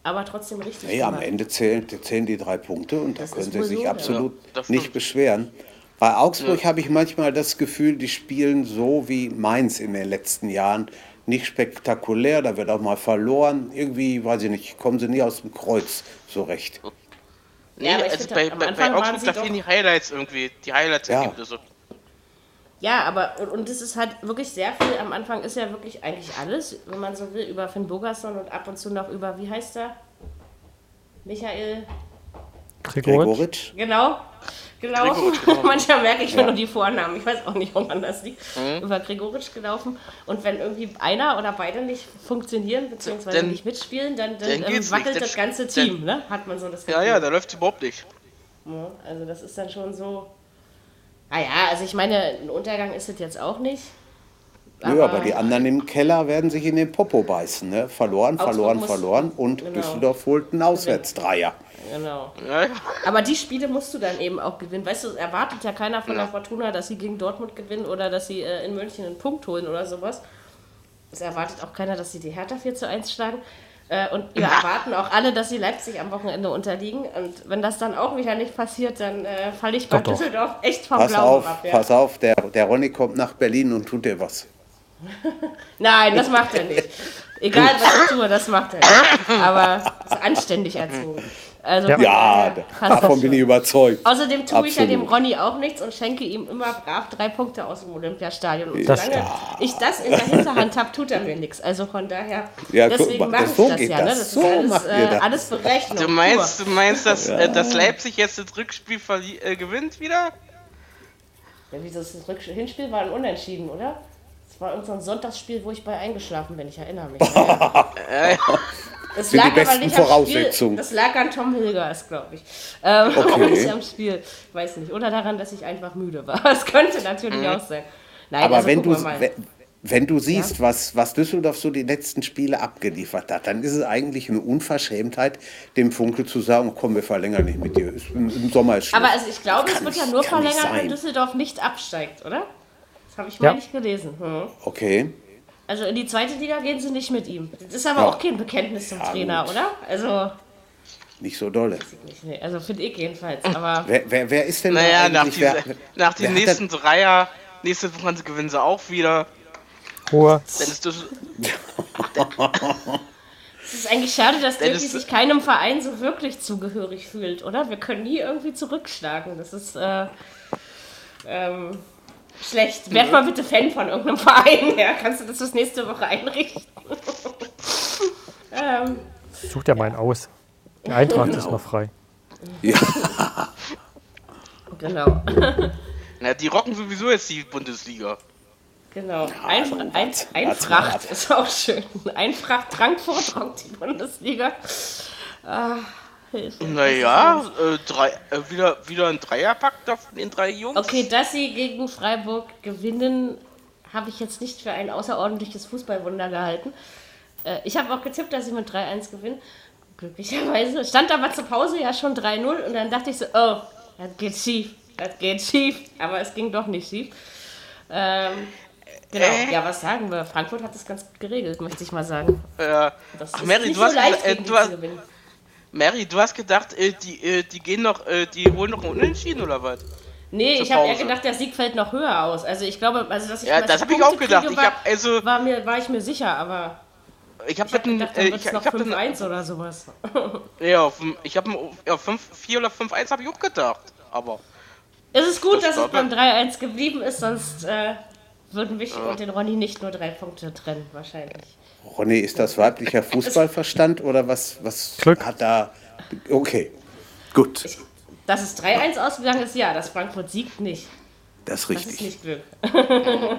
aber trotzdem richtig. Naja, am gemacht. Ende zählen, zählen die drei Punkte und da Das können ist sie wohl sich so, ja. absolut Ja, das nicht stimmt. beschweren. Bei Augsburg habe ich manchmal das Gefühl, die spielen so wie Mainz in den letzten Jahren. Nicht spektakulär, da wird auch mal verloren. Irgendwie, weiß ich nicht, kommen sie nie aus dem Kreuz so recht. Nee, Ja, aber ich also finde, bei, am bei, Anfang bei waren Augsburg, sie da doch- fehlen die Highlights irgendwie. Die Highlights-Ergebnisse. Ja, aber und, und es ist halt wirklich sehr viel. Am Anfang ist ja wirklich eigentlich alles, wenn man so will, über Finn Bogerson und ab und zu noch über, wie heißt er? Michael, Gregoritsch? Gregoritsch? genau, gelaufen. Gregoritsch, genau. Manchmal merke ich mir nur die Vornamen. Ich weiß auch nicht, woran das liegt. Mhm. Über Gregoritsch gelaufen. Und wenn irgendwie einer oder beide nicht funktionieren, beziehungsweise Dann- nicht mitspielen, dann, dann, dann geht's ähm, nicht. wackelt Dann das sch- ganze dann- Team, ne? Hat man so das Ja, ja, da läuft überhaupt nicht. Ne? Also das ist dann schon so. Ah ja, also ich meine, ein Untergang ist es jetzt auch nicht. Nö, aber die anderen im Keller werden sich in den Popo beißen. Ne? Verloren, Augsburg verloren, muss- verloren. Und Genau. Düsseldorf holt einen Auswärtsdreier. Genau. Ja, ja. Aber die Spiele musst du dann eben auch gewinnen. Weißt du, es erwartet ja keiner von der Fortuna, dass sie gegen Dortmund gewinnen oder dass sie äh, in München einen Punkt holen oder sowas. Es erwartet auch keiner, dass sie die Hertha 4 zu 1 schlagen. Äh, und wir erwarten auch alle, dass sie Leipzig am Wochenende unterliegen. Und wenn das dann auch wieder nicht passiert, dann äh, falle ich bei Doch, doch. Düsseldorf echt vom Pass Glauben auf, ab. Ja. pass auf, der, der Ronny kommt nach Berlin und tut dir was. Nein, das macht er nicht. Egal, was ich tue, das macht er nicht. Aber ist anständig erzogen. Also von Ja, daher passt das davon bin schon. ich überzeugt. Außerdem tue ich ja Absolut. dem Ronny auch nichts und schenke ihm immer brav drei Punkte aus dem Olympiastadion. Und Das- solange ich das in der Hinterhand habe, tut er mir nichts. Also von daher, Ja, guck deswegen mal, mache das- ich so das geht ja. das. Ne? Das So ist alles, macht ihr äh, das. alles Berechnung. Du meinst, du meinst, dass, äh, dass Leipzig jetzt das Rückspiel verli äh, gewinnt wieder? Ja, wieso ist das Rücksch- Hinspiel war ein Unentschieden, oder? Das war irgendein Sonntagsspiel, wo ich bei eingeschlafen bin, ich erinnere mich. Ja, ja. Das Sind die lag aber besten nicht am Spiel. Voraussetzungen. Das lag an Tom Hilgers, glaube ich. Ähm, Okay. aber nicht am Spiel, weiß nicht. Oder daran, dass ich einfach müde war. Das könnte natürlich auch sein. Nein, Aber also wenn, du, gucken wir mal. we- wenn du siehst, was, was Düsseldorf so die letzten Spiele abgeliefert hat, dann ist es eigentlich eine Unverschämtheit, dem Funkel zu sagen, komm, wir verlängern nicht mit dir. Ist, im, Im Sommer ist Schluss. aber also ich glaube, es Kann wird ja nicht- nur kann nicht verlängert, wenn sein. Düsseldorf nicht absteigt, oder? Das habe ich Ja. mal nicht gelesen. Hm. Okay. Also in die zweite Liga gehen sie nicht mit ihm. Das ist aber Ja. auch kein Bekenntnis zum Trainer, gut. oder? Also. Nicht so dolle. Nee, also finde ich jedenfalls. Aber Wer, wer, wer ist denn Naja, da nach, eigentlich? diese, wer, nach den wer hat nächsten Dreier, nächste Woche gewinnen sie auch wieder. Hoher. Dann ist das. es ist eigentlich schade, dass Dennis- Dirty sich keinem Verein so wirklich zugehörig fühlt, oder? Wir können nie irgendwie zurückschlagen. Das ist äh, ähm, schlecht. Werd mal bitte Fan von irgendeinem Verein. Ja, kannst du das bis nächste Woche einrichten? ähm, Sucht er mal einen aus. Die Eintracht ist noch frei. genau. Na, die rocken sowieso jetzt die Bundesliga. Genau. Einf also, ein warte, warte mal Einfracht ab. ist auch schön. Einfracht Frankfurt rockt die Bundesliga. Ah, Hilfe. Naja, äh, drei, äh, wieder, wieder ein Dreierpack da von den drei Jungs. Okay, dass sie gegen Freiburg gewinnen, habe ich jetzt nicht für ein außerordentliches Fußballwunder gehalten. Äh, ich habe auch getippt, dass sie mit 3-1 gewinnen. Glücklicherweise. Stand aber zur Pause ja schon 3-0 und dann dachte ich so, oh, das geht schief. Das geht schief. Aber es ging doch nicht schief. Ähm, Genau. Ja, was sagen wir? Frankfurt hat das ganz gut geregelt, möchte ich mal sagen. Äh, Das Ach, ist Mary, nicht du hast so leicht, gesagt, äh, gegen du die hast- zu gewinnen. Mary, du hast gedacht, äh, die, äh, die gehen noch, äh, die holen noch einen Unentschieden oder was? Nee, zur ich habe eher Pause. gedacht, der Sieg fällt noch höher aus. Also ich glaube, also dass ich Ja, mal das habe ich auch Punkte gedacht. kriege, Ich war, habe also, war mir war ich mir sicher, aber ich habe ich habe gedacht, dann äh, wird ich, es ich noch habe einen, 5-1 oder sowas. ja, auf, dem- ich habe ja, 5, 4 oder 5, 1 habe ich auch gedacht. Aber Es ist gut, Das dass es war- beim 3-1 geblieben ist, sonst äh, würden mich und den Ronny nicht nur drei Punkte trennen, wahrscheinlich. Ronny, ist das weiblicher Fußballverstand oder was, was Glück. hat da. Okay, gut, Dass es 3-1 ausgegangen ist, ja, dass Frankfurt siegt nicht. das ist Das ist nicht richtig. Äh, Glück.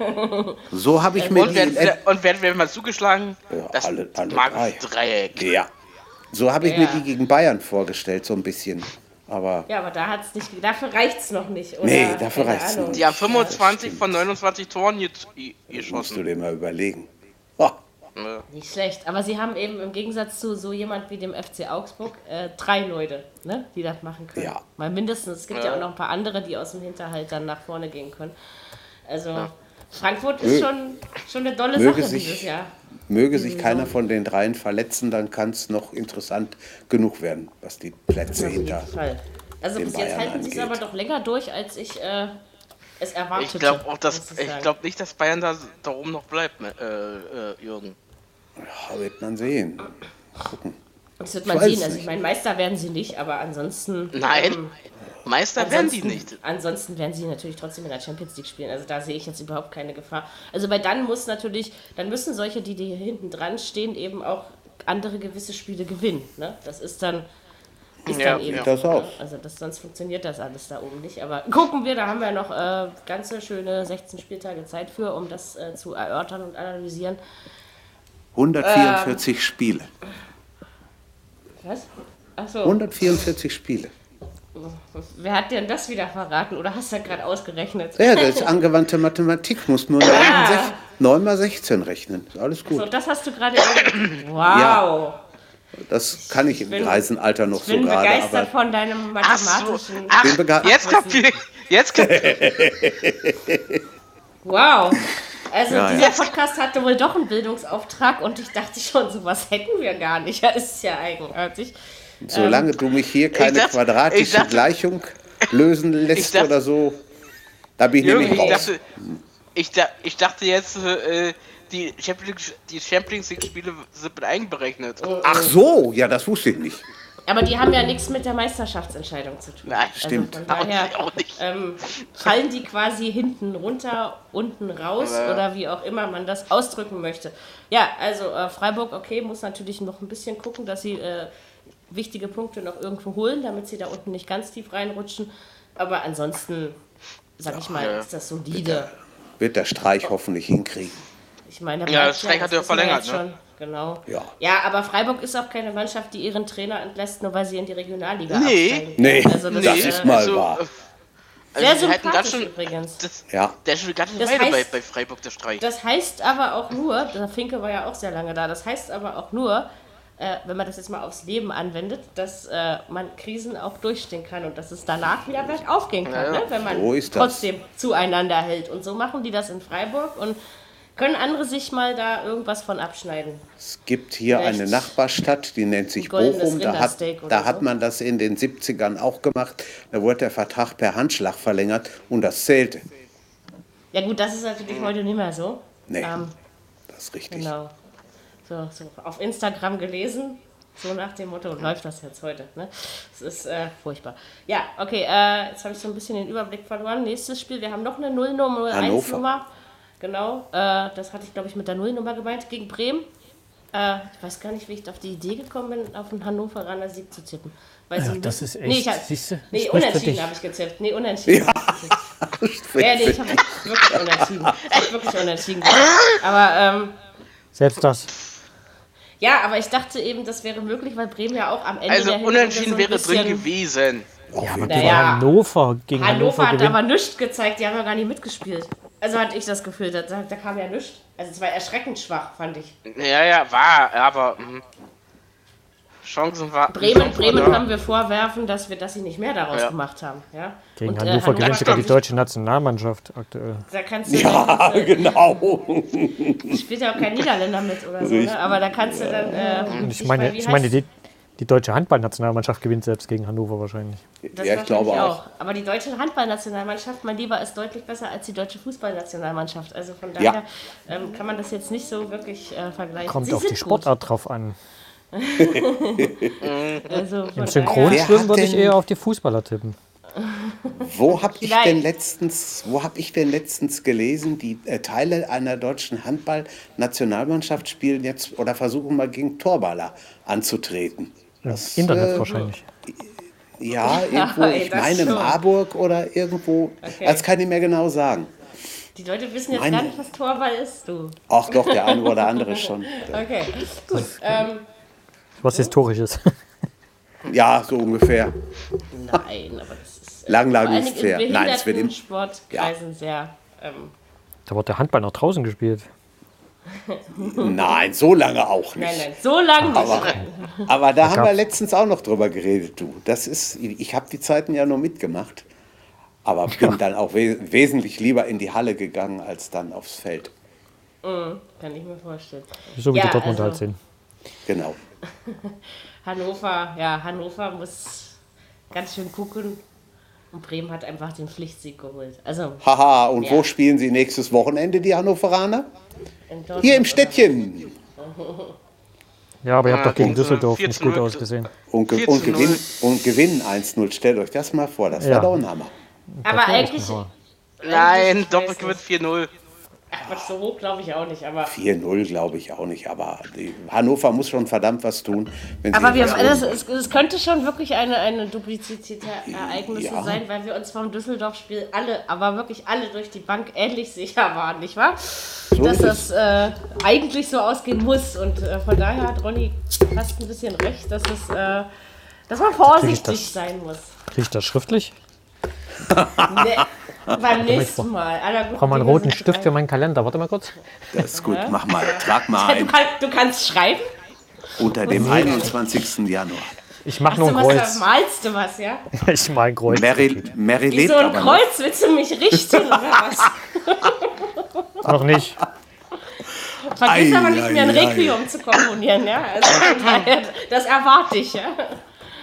So habe ich mir und die. werden, in et- wir- und werden wir mal zugeschlagen? Ja, das alle- alle magische drei. Dreieck. Ja. So habe ich mir Ja. die gegen Bayern vorgestellt, so ein bisschen. Aber Ja, aber da hat's nicht. Dafür reicht's noch nicht. Oder, Nee, dafür keine reicht's Ahnung. noch Die haben 25 von 29 Toren jetzt i- musst du geschossen. dir mal überlegen. Oh, Ne? Nicht schlecht. Aber sie haben eben im Gegensatz zu so jemand wie dem FC Augsburg äh, drei Leute, ne, die das machen können. Ja. Mal mindestens. Es gibt ja. Ja. auch noch ein paar andere, die aus dem Hinterhalt dann nach vorne gehen können. Also Frankfurt ist Mö- schon, schon eine dolle möge Sache dieses sich, Jahr. möge sich keiner von den dreien verletzen, dann kann es noch interessant genug werden, was die Plätze Auf jeden hinter. Fall. Also den bis jetzt Bayern halten sie es angeht. aber doch länger durch, als ich äh, es erwartete. Ich glaube auch, dass muss ich sagen. glaube nicht, dass Bayern da, da oben noch bleibt, ne, äh, äh, Jürgen. Ja, wird man sehen. Das wird man weiß sehen. Also ich nicht. meine, Meister werden sie nicht, aber ansonsten. Mhm. Nein, Meister werden die Ähm, Ansonsten- nicht. Ansonsten werden sie natürlich trotzdem in der Champions League spielen. Also da sehe ich jetzt überhaupt keine Gefahr. Also bei dann muss natürlich, dann müssen solche, die, die hinten dran stehen, eben auch andere gewisse Spiele gewinnen. Ne? Das ist dann, ist Ja, dann eben. ja. so, Das auch. ne? Also das, sonst funktioniert das alles da oben nicht. Aber gucken wir, da haben wir noch äh, ganze schöne 16 Spieltage Zeit für, um das äh, zu erörtern und analysieren. 144 Ähm. Spiele. Was? Achso, 144 Spiele. wer hat dir denn das wieder verraten? Oder hast du das gerade ausgerechnet? Ja, das ist angewandte Mathematik, muss nur 9 mal, sech- 9 mal 16 rechnen. Ist alles So, gut. Also, das hast du gerade. Wow. Das kann ich im bin- Reisenalter noch Ich so bin gerade, begeistert ne, aber von deinem Ach so. mathematischen. Ach, Bin bega- jetzt kapier jetzt kapier Wow. Also Ja, dieser ja. Podcast hatte wohl doch einen Bildungsauftrag und ich dachte schon, sowas hätten wir gar nicht. Ja, ist ja eigenartig. solange du mich hier keine dachte- ich quadratische dachte- Gleichung lösen lässt dachte- oder so, da bin ich Jürgen, nämlich ich raus. dachte, ich, da, ich dachte jetzt, äh, die Champions League- die Champions League Spiele sind mit einberechnet. Äh, Ach so, ja, das wusste ich nicht. Aber die haben ja nichts mit der Meisterschaftsentscheidung zu tun. Nein, stimmt. Also von Auch daher nicht, auch nicht. ähm, fallen die quasi hinten runter, unten raus oder wie auch immer man das ausdrücken möchte. Ja, also äh, Freiburg, okay, muss natürlich noch ein bisschen gucken, dass sie äh, wichtige Punkte noch irgendwo holen, damit sie da unten nicht ganz tief reinrutschen. Aber ansonsten, sag ich mal, ja. ist das solide. Wird der Streich hoffentlich hinkriegen. Ich meine, Ja, Bayern- Streich hat das wissen ja wir verlängert, jetzt ne? Schon. Genau. Ja. aber Freiburg ist auch keine Mannschaft, die ihren Trainer entlässt, nur weil sie in die Regionalliga Nee. absteigen. Nee, das, das äh, ist mal also, wahr. äh, Sehr also, die halten sympathisch ganz schön, übrigens. das, Ja. der ist schon ganz schön Das weiter bei, heißt- bei Freiburg, der Streich. Das heißt aber auch nur, der Finke war ja auch sehr lange da, das heißt aber auch nur, äh, wenn man das jetzt mal aufs Leben anwendet, dass äh, man Krisen auch durchstehen kann und dass es danach wieder gleich aufgehen kann, Ja, ja. ne? wenn man So ist das. trotzdem zueinander hält. Und so machen die das in Freiburg und können andere sich mal da irgendwas von abschneiden. Es gibt hier Vielleicht eine Nachbarstadt, die nennt sich ein goldenes Bochum. Da hat, Rindersteak oder da hat so. man das in den 70ern auch gemacht. Da wurde der Vertrag per Handschlag verlängert und das zählte. Ja gut, das ist natürlich Hm. heute nicht mehr so. Nee, Ähm, das ist richtig. Genau. So, so auf Instagram gelesen, so nach dem Motto, läuft das jetzt heute. Ne? Es ist äh, furchtbar. Ja, okay, äh, jetzt habe ich so ein bisschen den Überblick verloren. Nächstes Spiel, wir haben noch eine 0-0-1-Nummer. Hannover. Genau, äh, das hatte ich, glaube ich, mit der Nullnummer gemeint, gegen Bremen. Äh, ich weiß gar nicht, wie ich auf die Idee gekommen bin, auf den Hannoveraner Sieg zu tippen. Weil sie- das ist echt, Nee, ich hab, siehst du, nee spricht für unentschieden dich. habe ich gezippt. Nee, unentschieden. Ja, nee, ich habe wirklich unentschieden. Ich habe wirklich unentschieden. gezippt. Aber ähm, Selbst das. ja, aber ich dachte eben, das wäre möglich, weil Bremen ja auch am Ende Also der Hinrunde so unentschieden ein wäre drin bisschen- gewesen. Ja, aber Na gegen ja. Hannover, gegen Hannover, Hannover hat gewinnen. aber nichts gezeigt, die haben ja gar nicht mitgespielt. Also hatte ich das Gefühl, da, da da kam ja nichts. Also es war erschreckend schwach, fand ich. Ja, ja, war, aber. hm. Chancen war. Bremen, Chancen Bremen war da. haben wir vorwerfen, dass wir, dass sie nicht mehr daraus Ja. gemacht haben. Ja? Gegen Und, äh, Hannover Hannover gewinnt sogar die spielt- deutsche Nationalmannschaft aktuell. Da kannst du äh, Ja, genau. spielt ja auch kein Niederländer mit oder so, ich- ne? aber da kannst du dann. Äh, Und ich nicht meine, mal- wie ich meine heißt- die, die deutsche Handballnationalmannschaft gewinnt selbst gegen Hannover wahrscheinlich. das ja, ich wahrscheinlich glaube auch. Aber die deutsche Handballnationalmannschaft, mein Lieber, ist deutlich besser als die deutsche Fußballnationalmannschaft. Also von daher Ja. ähm, kann man das jetzt nicht so wirklich äh, vergleichen. Kommt Sie auf sind die Sportart drauf an. Gut. Also von daher, Im Wer hat Synchronschwimmen würde ich denn- eher auf die Fußballer tippen. Wo habe ich Vielleicht. denn letztens, wo habe ich denn letztens gelesen, die äh, Teile einer deutschen Handball-Nationalmannschaft spielen jetzt oder versuchen mal gegen Torballer anzutreten? Im Das, Internet äh, wahrscheinlich. Ja, irgendwo, ey, ich das meine schon. Marburg oder irgendwo. Okay. Das kann ich mir genau sagen. die Leute wissen jetzt Meine- gar nicht, was Torwall ist. Du. Auch doch, der eine oder andere schon. Okay, gut. Ähm, Was historisches. Ja, so ungefähr. nein, aber das ist. Lang, lang Vor allen nicht Dingen in fair. Nein, es wird im- Behindertensportkreisen sehr. Ähm, Da wird der Handball nach draußen gespielt. Nein, so lange auch nicht. nein, nein, so lange nicht. Aber, aber da haben wir gab's- letztens auch noch drüber geredet, du. Das ist, ich habe die Zeiten ja nur mitgemacht, aber bin dann auch we wesentlich lieber in die Halle gegangen als dann aufs Feld. Kann ich mir vorstellen. So wie Ja, die Dortmund halt also- sind. Genau. Hannover, ja, Hannover muss ganz schön gucken. Und Bremen hat einfach den Pflichtsieg geholt. Also Haha, und Ja. wo spielen sie nächstes Wochenende, die Hannoveraner? in Dortmund Hier im oder- Städtchen. Ja, aber ihr habt Ah, doch gegen und, äh, Düsseldorf nicht 14 gut Uhr- ausgesehen. Und, ge 4 und, zu 0. gewinnen, und gewinnen 1-0. Stellt euch das mal vor, das Ja. war doch ein Hammer. Aber eigentlich, Hammer. eigentlich Nein, weiß Doppelkick ich- mit 4-0. Ach, Quatsch, so hoch glaube ich auch nicht. Aber, 4-0 glaube ich auch nicht, aber die Hannover muss schon verdammt was tun. Wenn sie aber wir, was holen. das, es, es könnte schon wirklich eine, eine Duplizität der Ereignisse Ja. sein, weil wir uns vom Düsseldorf-Spiel alle, aber wirklich alle durch die Bank ähnlich sicher waren, nicht wahr? Dass das ist äh, eigentlich so ausgehen muss. Und äh, von daher hat Ronny fast ein bisschen recht, dass, es, äh, dass man vorsichtig das- sein muss. Kriege ich das schriftlich? Nee, beim nächsten Mal. Aller guten Brauche mal einen Dinge roten sind Stift drei. für meinen Kalender. Warte mal kurz. Das ist gut, mach mal, trag mal Du, ein kann, du kannst schreiben. unter dem 21. Januar. Ich mache Hast nur ein du was, da Kreuz. malst du was, ja? Ich mache ein Kreuz. Mary, Mary Wie lebt so ein aber noch. Kreuz willst du mich richten oder was? Noch nicht. Vergiss Ei, aber nicht ei, mehr ein ei. Requiem zu komponieren, ja? Also, von daher, das erwarte ich, ja?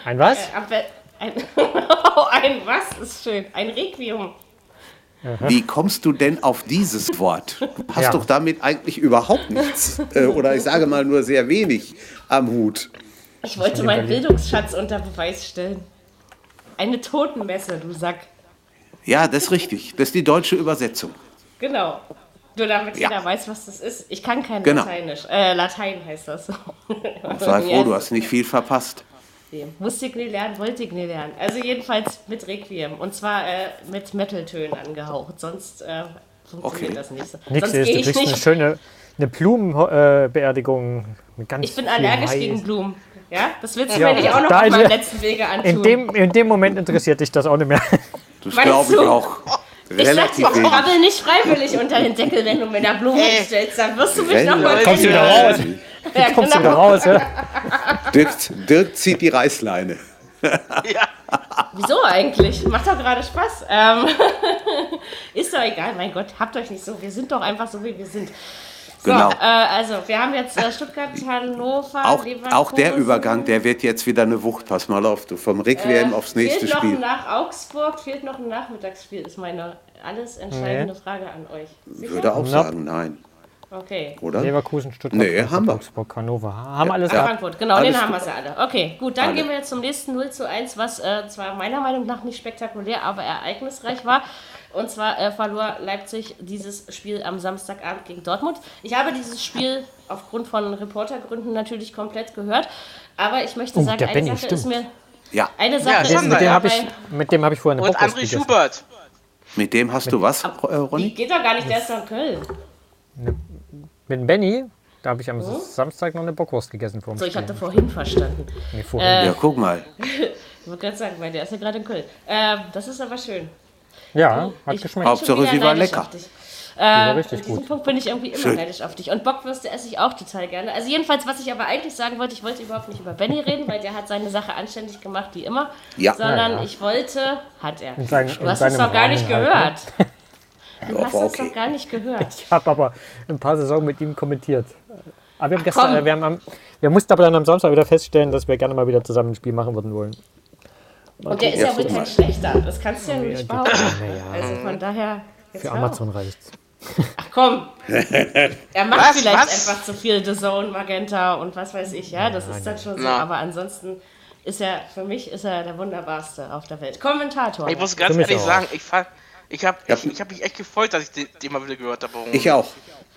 Ein was? Am be- Ein, oh, ein was ist schön? Ein Requiem. Wie kommst du denn auf dieses Wort? Du hast Ja. doch damit eigentlich überhaupt nichts. Äh, oder ich sage mal nur sehr wenig am Hut. Ich wollte meinen Bildungsschatz unter Beweis stellen. Eine Totenmesse, du Sack. Ja, das ist richtig. Das ist die deutsche Übersetzung. Genau. Nur damit Ja. jeder weiß, was das ist. Ich kann kein Genau. Lateinisch. Äh, Latein heißt das. Sei froh, du hast nicht viel verpasst. Musste ich nie lernen, wollte ich nie lernen. Also jedenfalls mit Requiem. Und zwar äh, mit Metaltönen angehaucht. Sonst äh, funktioniert Okay. das nicht. so. Nix Sonst ist. geh Du ich kriegst eine nicht. schöne eine Blumenbeerdigung. Äh, Beerdigung mit ganz Ich bin viel allergisch Mais. gegen Blumen. Ja, das willst du Ja, mir nicht auch noch da auf ist meinem ja- letzten Wege In antun. dem, in dem Moment interessiert dich das auch nicht mehr. Das Weißt glaube ich du, auch. ich sag dir, Relativ ich wenig. krabbel nicht freiwillig unter den Deckel, wenn du mir da Blumen stellst. Dann wirst du mich nochmal... Relativ- Kommst du wieder raus? Ja, Kommst du wieder genau. raus? Ja? Dirk, Dirk zieht die Reißleine. Wieso eigentlich? Macht doch gerade Spaß. Ähm, ist doch egal, mein Gott, habt euch nicht so. Wir sind doch einfach so, wie wir sind. So, Genau. äh, also wir haben jetzt äh, Stuttgart, Hannover, Auch, Leverkusen. auch der Übergang, der wird jetzt wieder eine Wucht. Pass mal auf, du. Vom Requiem aufs nächste Äh, Fehlt noch Spiel. nach Augsburg, fehlt noch ein Nachmittagsspiel, ist meine alles entscheidende Frage an euch. Würde auch sagen, nein. Okay. Oder? Leverkusen, Stuttgart, Nee, Frankfurt, Hamburg. Augsburg, Hannover. Haben alles Ja, gehabt. Frankfurt, genau, Alles den haben wir gut. ja alle. Okay, gut, dann Alle. gehen wir jetzt zum nächsten 0 zu 1, was äh, zwar meiner Meinung nach nicht spektakulär, aber ereignisreich war. Und zwar äh, verlor Leipzig dieses Spiel am Samstagabend gegen Dortmund. Ich habe dieses Spiel aufgrund von Reportergründen natürlich komplett gehört, aber ich möchte Oh, sagen, der eine Benny, Sache ist stimmt. mir. Ja, Eine Sache das ist haben mir Mit dem habe dabei- ich, mit dem hab ich vorhin eine Und Bockwurst André gegessen. Schubert. mit dem hast du was, äh, Ronny? Die geht doch gar nicht, der ist doch in Köln. Mit Benny, da habe ich am Samstag noch eine Bockwurst gegessen vor dem Hm? So, ich äh, Spiel. hatte vorhin verstanden. nee, vorhin. Ja, guck mal. Ich wollte gerade sagen, weil der ist ja gerade in Köln. Ähm, das ist aber schön. ja, hat geschmeckt. Hauptsache, Schon wieder sie war neidisch auf lecker. dich. war Äh, richtig an diesem gut. Punkt bin ich irgendwie immer neidisch auf dich. Und Bockwürste esse ich auch total gerne. Also jedenfalls, was ich aber eigentlich sagen wollte, ich wollte überhaupt nicht über Benny reden, weil der hat seine Sache anständig gemacht, wie immer. Ja. Sondern Ja, ja. ich wollte, hat er. seinem- du in hast es seinem doch gar nicht Rahmen gehört. halt, Du Ja, hast war es okay. doch gar nicht gehört. ne? Ich habe aber ein paar Saisons mit ihm kommentiert. Aber wir haben gestern, komm. äh, wir, haben am, wir mussten aber dann am Samstag wieder feststellen, dass wir gerne mal wieder zusammen ein Spiel machen würden wollen. Und der ist ja wohl kein schlechter. Das kannst Oh, du ja nicht behaupten. Naja, Also von daher. jetzt für hör auf. Amazon reicht's. Ach komm. Er macht Was? vielleicht Was? einfach zu viel The Zone, Magenta und was weiß ich, ja, das ist dann genau. schon so. Na. Aber ansonsten ist er, für mich ist er der wunderbarste auf der Welt. Kommentator. Ich muss ganz Für mich ehrlich auch. sagen, ich, fa- ich habe Ja. ich, ich hab mich echt gefreut, dass ich den, den mal wieder gehört habe. Ich auch.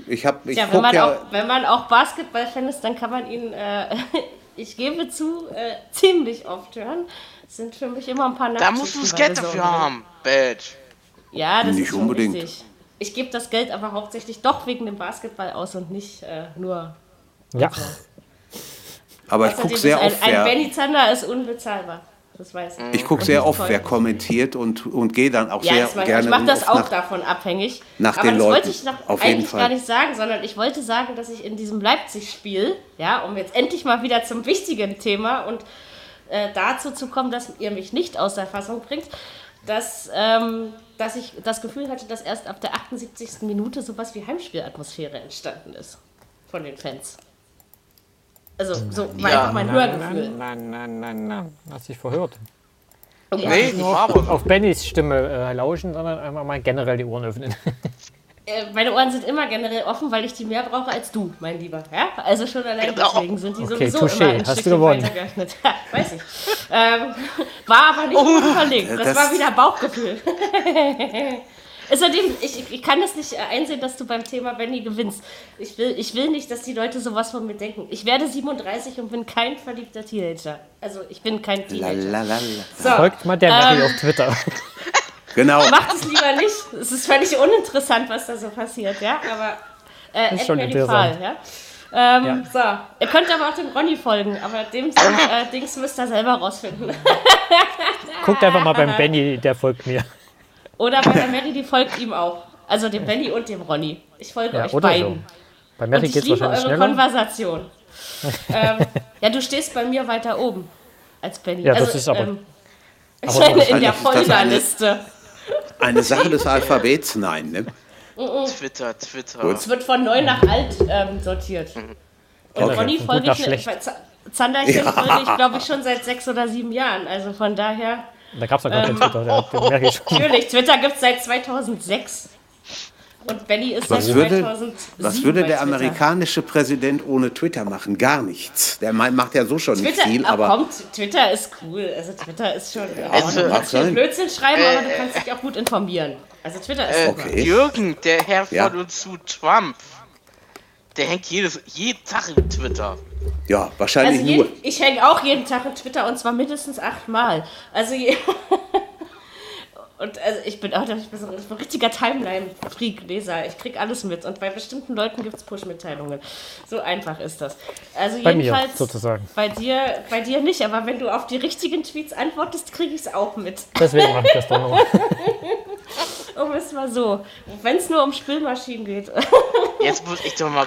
Ich habe, ich ja, wenn guck man, ja, auch, wenn man auch Basketball-Fan ist, dann kann man ihn, äh, ich gebe zu, äh, ziemlich oft hören. Es Sind für mich immer ein paar Da Nachtschichten musst du das bei Geld The Zone dafür drin. haben, Badge. Ja, das Nicht ist schon unbedingt. richtig. Ich gebe das Geld aber hauptsächlich doch wegen dem Basketball aus und nicht äh, nur. Ja, aber ich Außerdem gucke sehr ist oft, ein, ein wer, Benny Zander ist unbezahlbar. Das weiß ich. ich guck sehr nicht oft, wer voll. kommentiert und, und gehe dann auch Ja, das sehr mag ich. gerne ich mache das oft auch nach, davon abhängig. nach aber den das wollte Leuten. ich noch Auf jeden eigentlich Fall. gar nicht sagen, sondern ich wollte sagen, dass ich in diesem Leipzig-Spiel, ja, um jetzt endlich mal wieder zum wichtigen Thema und äh, dazu zu kommen, dass ihr mich nicht aus der Fassung bringt, dass, ähm, dass ich das Gefühl hatte, dass erst ab der 78. Minute sowas wie Heimspielatmosphäre entstanden ist von den Fans. Also, so war Ja. einfach mein Hörgefühl. nein, nein, nein, nein. Hm. Hast dich verhört. Ja. Nee, ich war aber. Auf Bennys Stimme äh, lauschen, sondern einfach mal generell die Ohren öffnen. Äh, meine Ohren sind immer generell offen, weil ich die mehr brauche als du, mein Lieber. Ja? Also schon allein Genau. deswegen sind die Okay, sowieso touché. immer ein Hast du Stückchen gewonnen. weiter geöffnet. Ja, Weiß ich. Ähm, war aber nicht gut verlegt. Das, das- war wieder Bauchgefühl. Außerdem, ich, ich kann das nicht äh, einsehen, dass du beim Thema Benny gewinnst. Ich will, ich will nicht, dass die Leute sowas von mir denken. Ich werde 37 und bin kein verliebter Teenager. Also ich bin kein Teenager. Lalalala. So, Folgt mal der Ähm. Mary auf Twitter. Genau, macht es lieber nicht. Es ist völlig uninteressant, was da so passiert, ja. Aber äh, Ist ist schon schon interessant. ja. Ähm, So, ihr könnt aber auch dem Ronny folgen, aber dem äh, Dings müsst ihr selber rausfinden. Guckt einfach mal beim Benny, der folgt mir. Oder bei der Mary, die folgt ihm auch. Also dem Benny und dem Ronny. Ich folge euch oder so. beiden. Bei Mary Und ich geht's liebe wahrscheinlich eure schneller. Konversation. ähm, ja, du stehst bei mir weiter oben als Benny. Ja, das ist aber- Ähm, ich meine, in der wahrscheinlich ist das Folgerliste. eine- eine Sache des Alphabets, nein. Ne? Twitter, Twitter. Gut. Es wird von neu nach alt ähm, sortiert. Mhm. Und Okay. Ronny Von folge gut nach ich, ne- schlecht. bei Z- Zanderchen folge ich, glaube ich, schon seit sechs oder sieben Jahren. Also von daher, Da gab's doch gar keinen Twitter. Der hat den Mary schon. natürlich, Twitter gibt es seit 2006. Und Benny ist Was seit würde, 2007 was würde bei der Twitter. amerikanische Präsident ohne Twitter machen? Gar nichts. Der Mann macht ja so schon nicht Twitter, viel, ach, aber kommt, Twitter ist cool. Also Twitter ist schon. also, du mag kannst viel sein. Äh, Blödsinn schreiben, aber du kannst dich auch gut informieren. Also Twitter ist Äh, super. Okay. Jürgen, der Herr von Ja. und zu Trump. Der hängt jedes, jeden Tag im Twitter. ja, wahrscheinlich Also nur. jeden, ich hänge auch jeden Tag in Twitter und zwar mindestens achtmal. Also je und also ich bin auch ich bin so ein richtiger Timeline-Freak-Leser. Ich krieg alles mit und bei bestimmten Leuten gibt es Push-Mitteilungen. So einfach ist das. Also Bei mir, jedenfalls sozusagen. bei dir, bei dir nicht, aber wenn du auf die richtigen Tweets antwortest, kriege ich es auch mit. Deswegen mache ich das doch nochmal. Um es mal so. Wenn es nur um Spülmaschinen geht. Jetzt muss ich doch mal.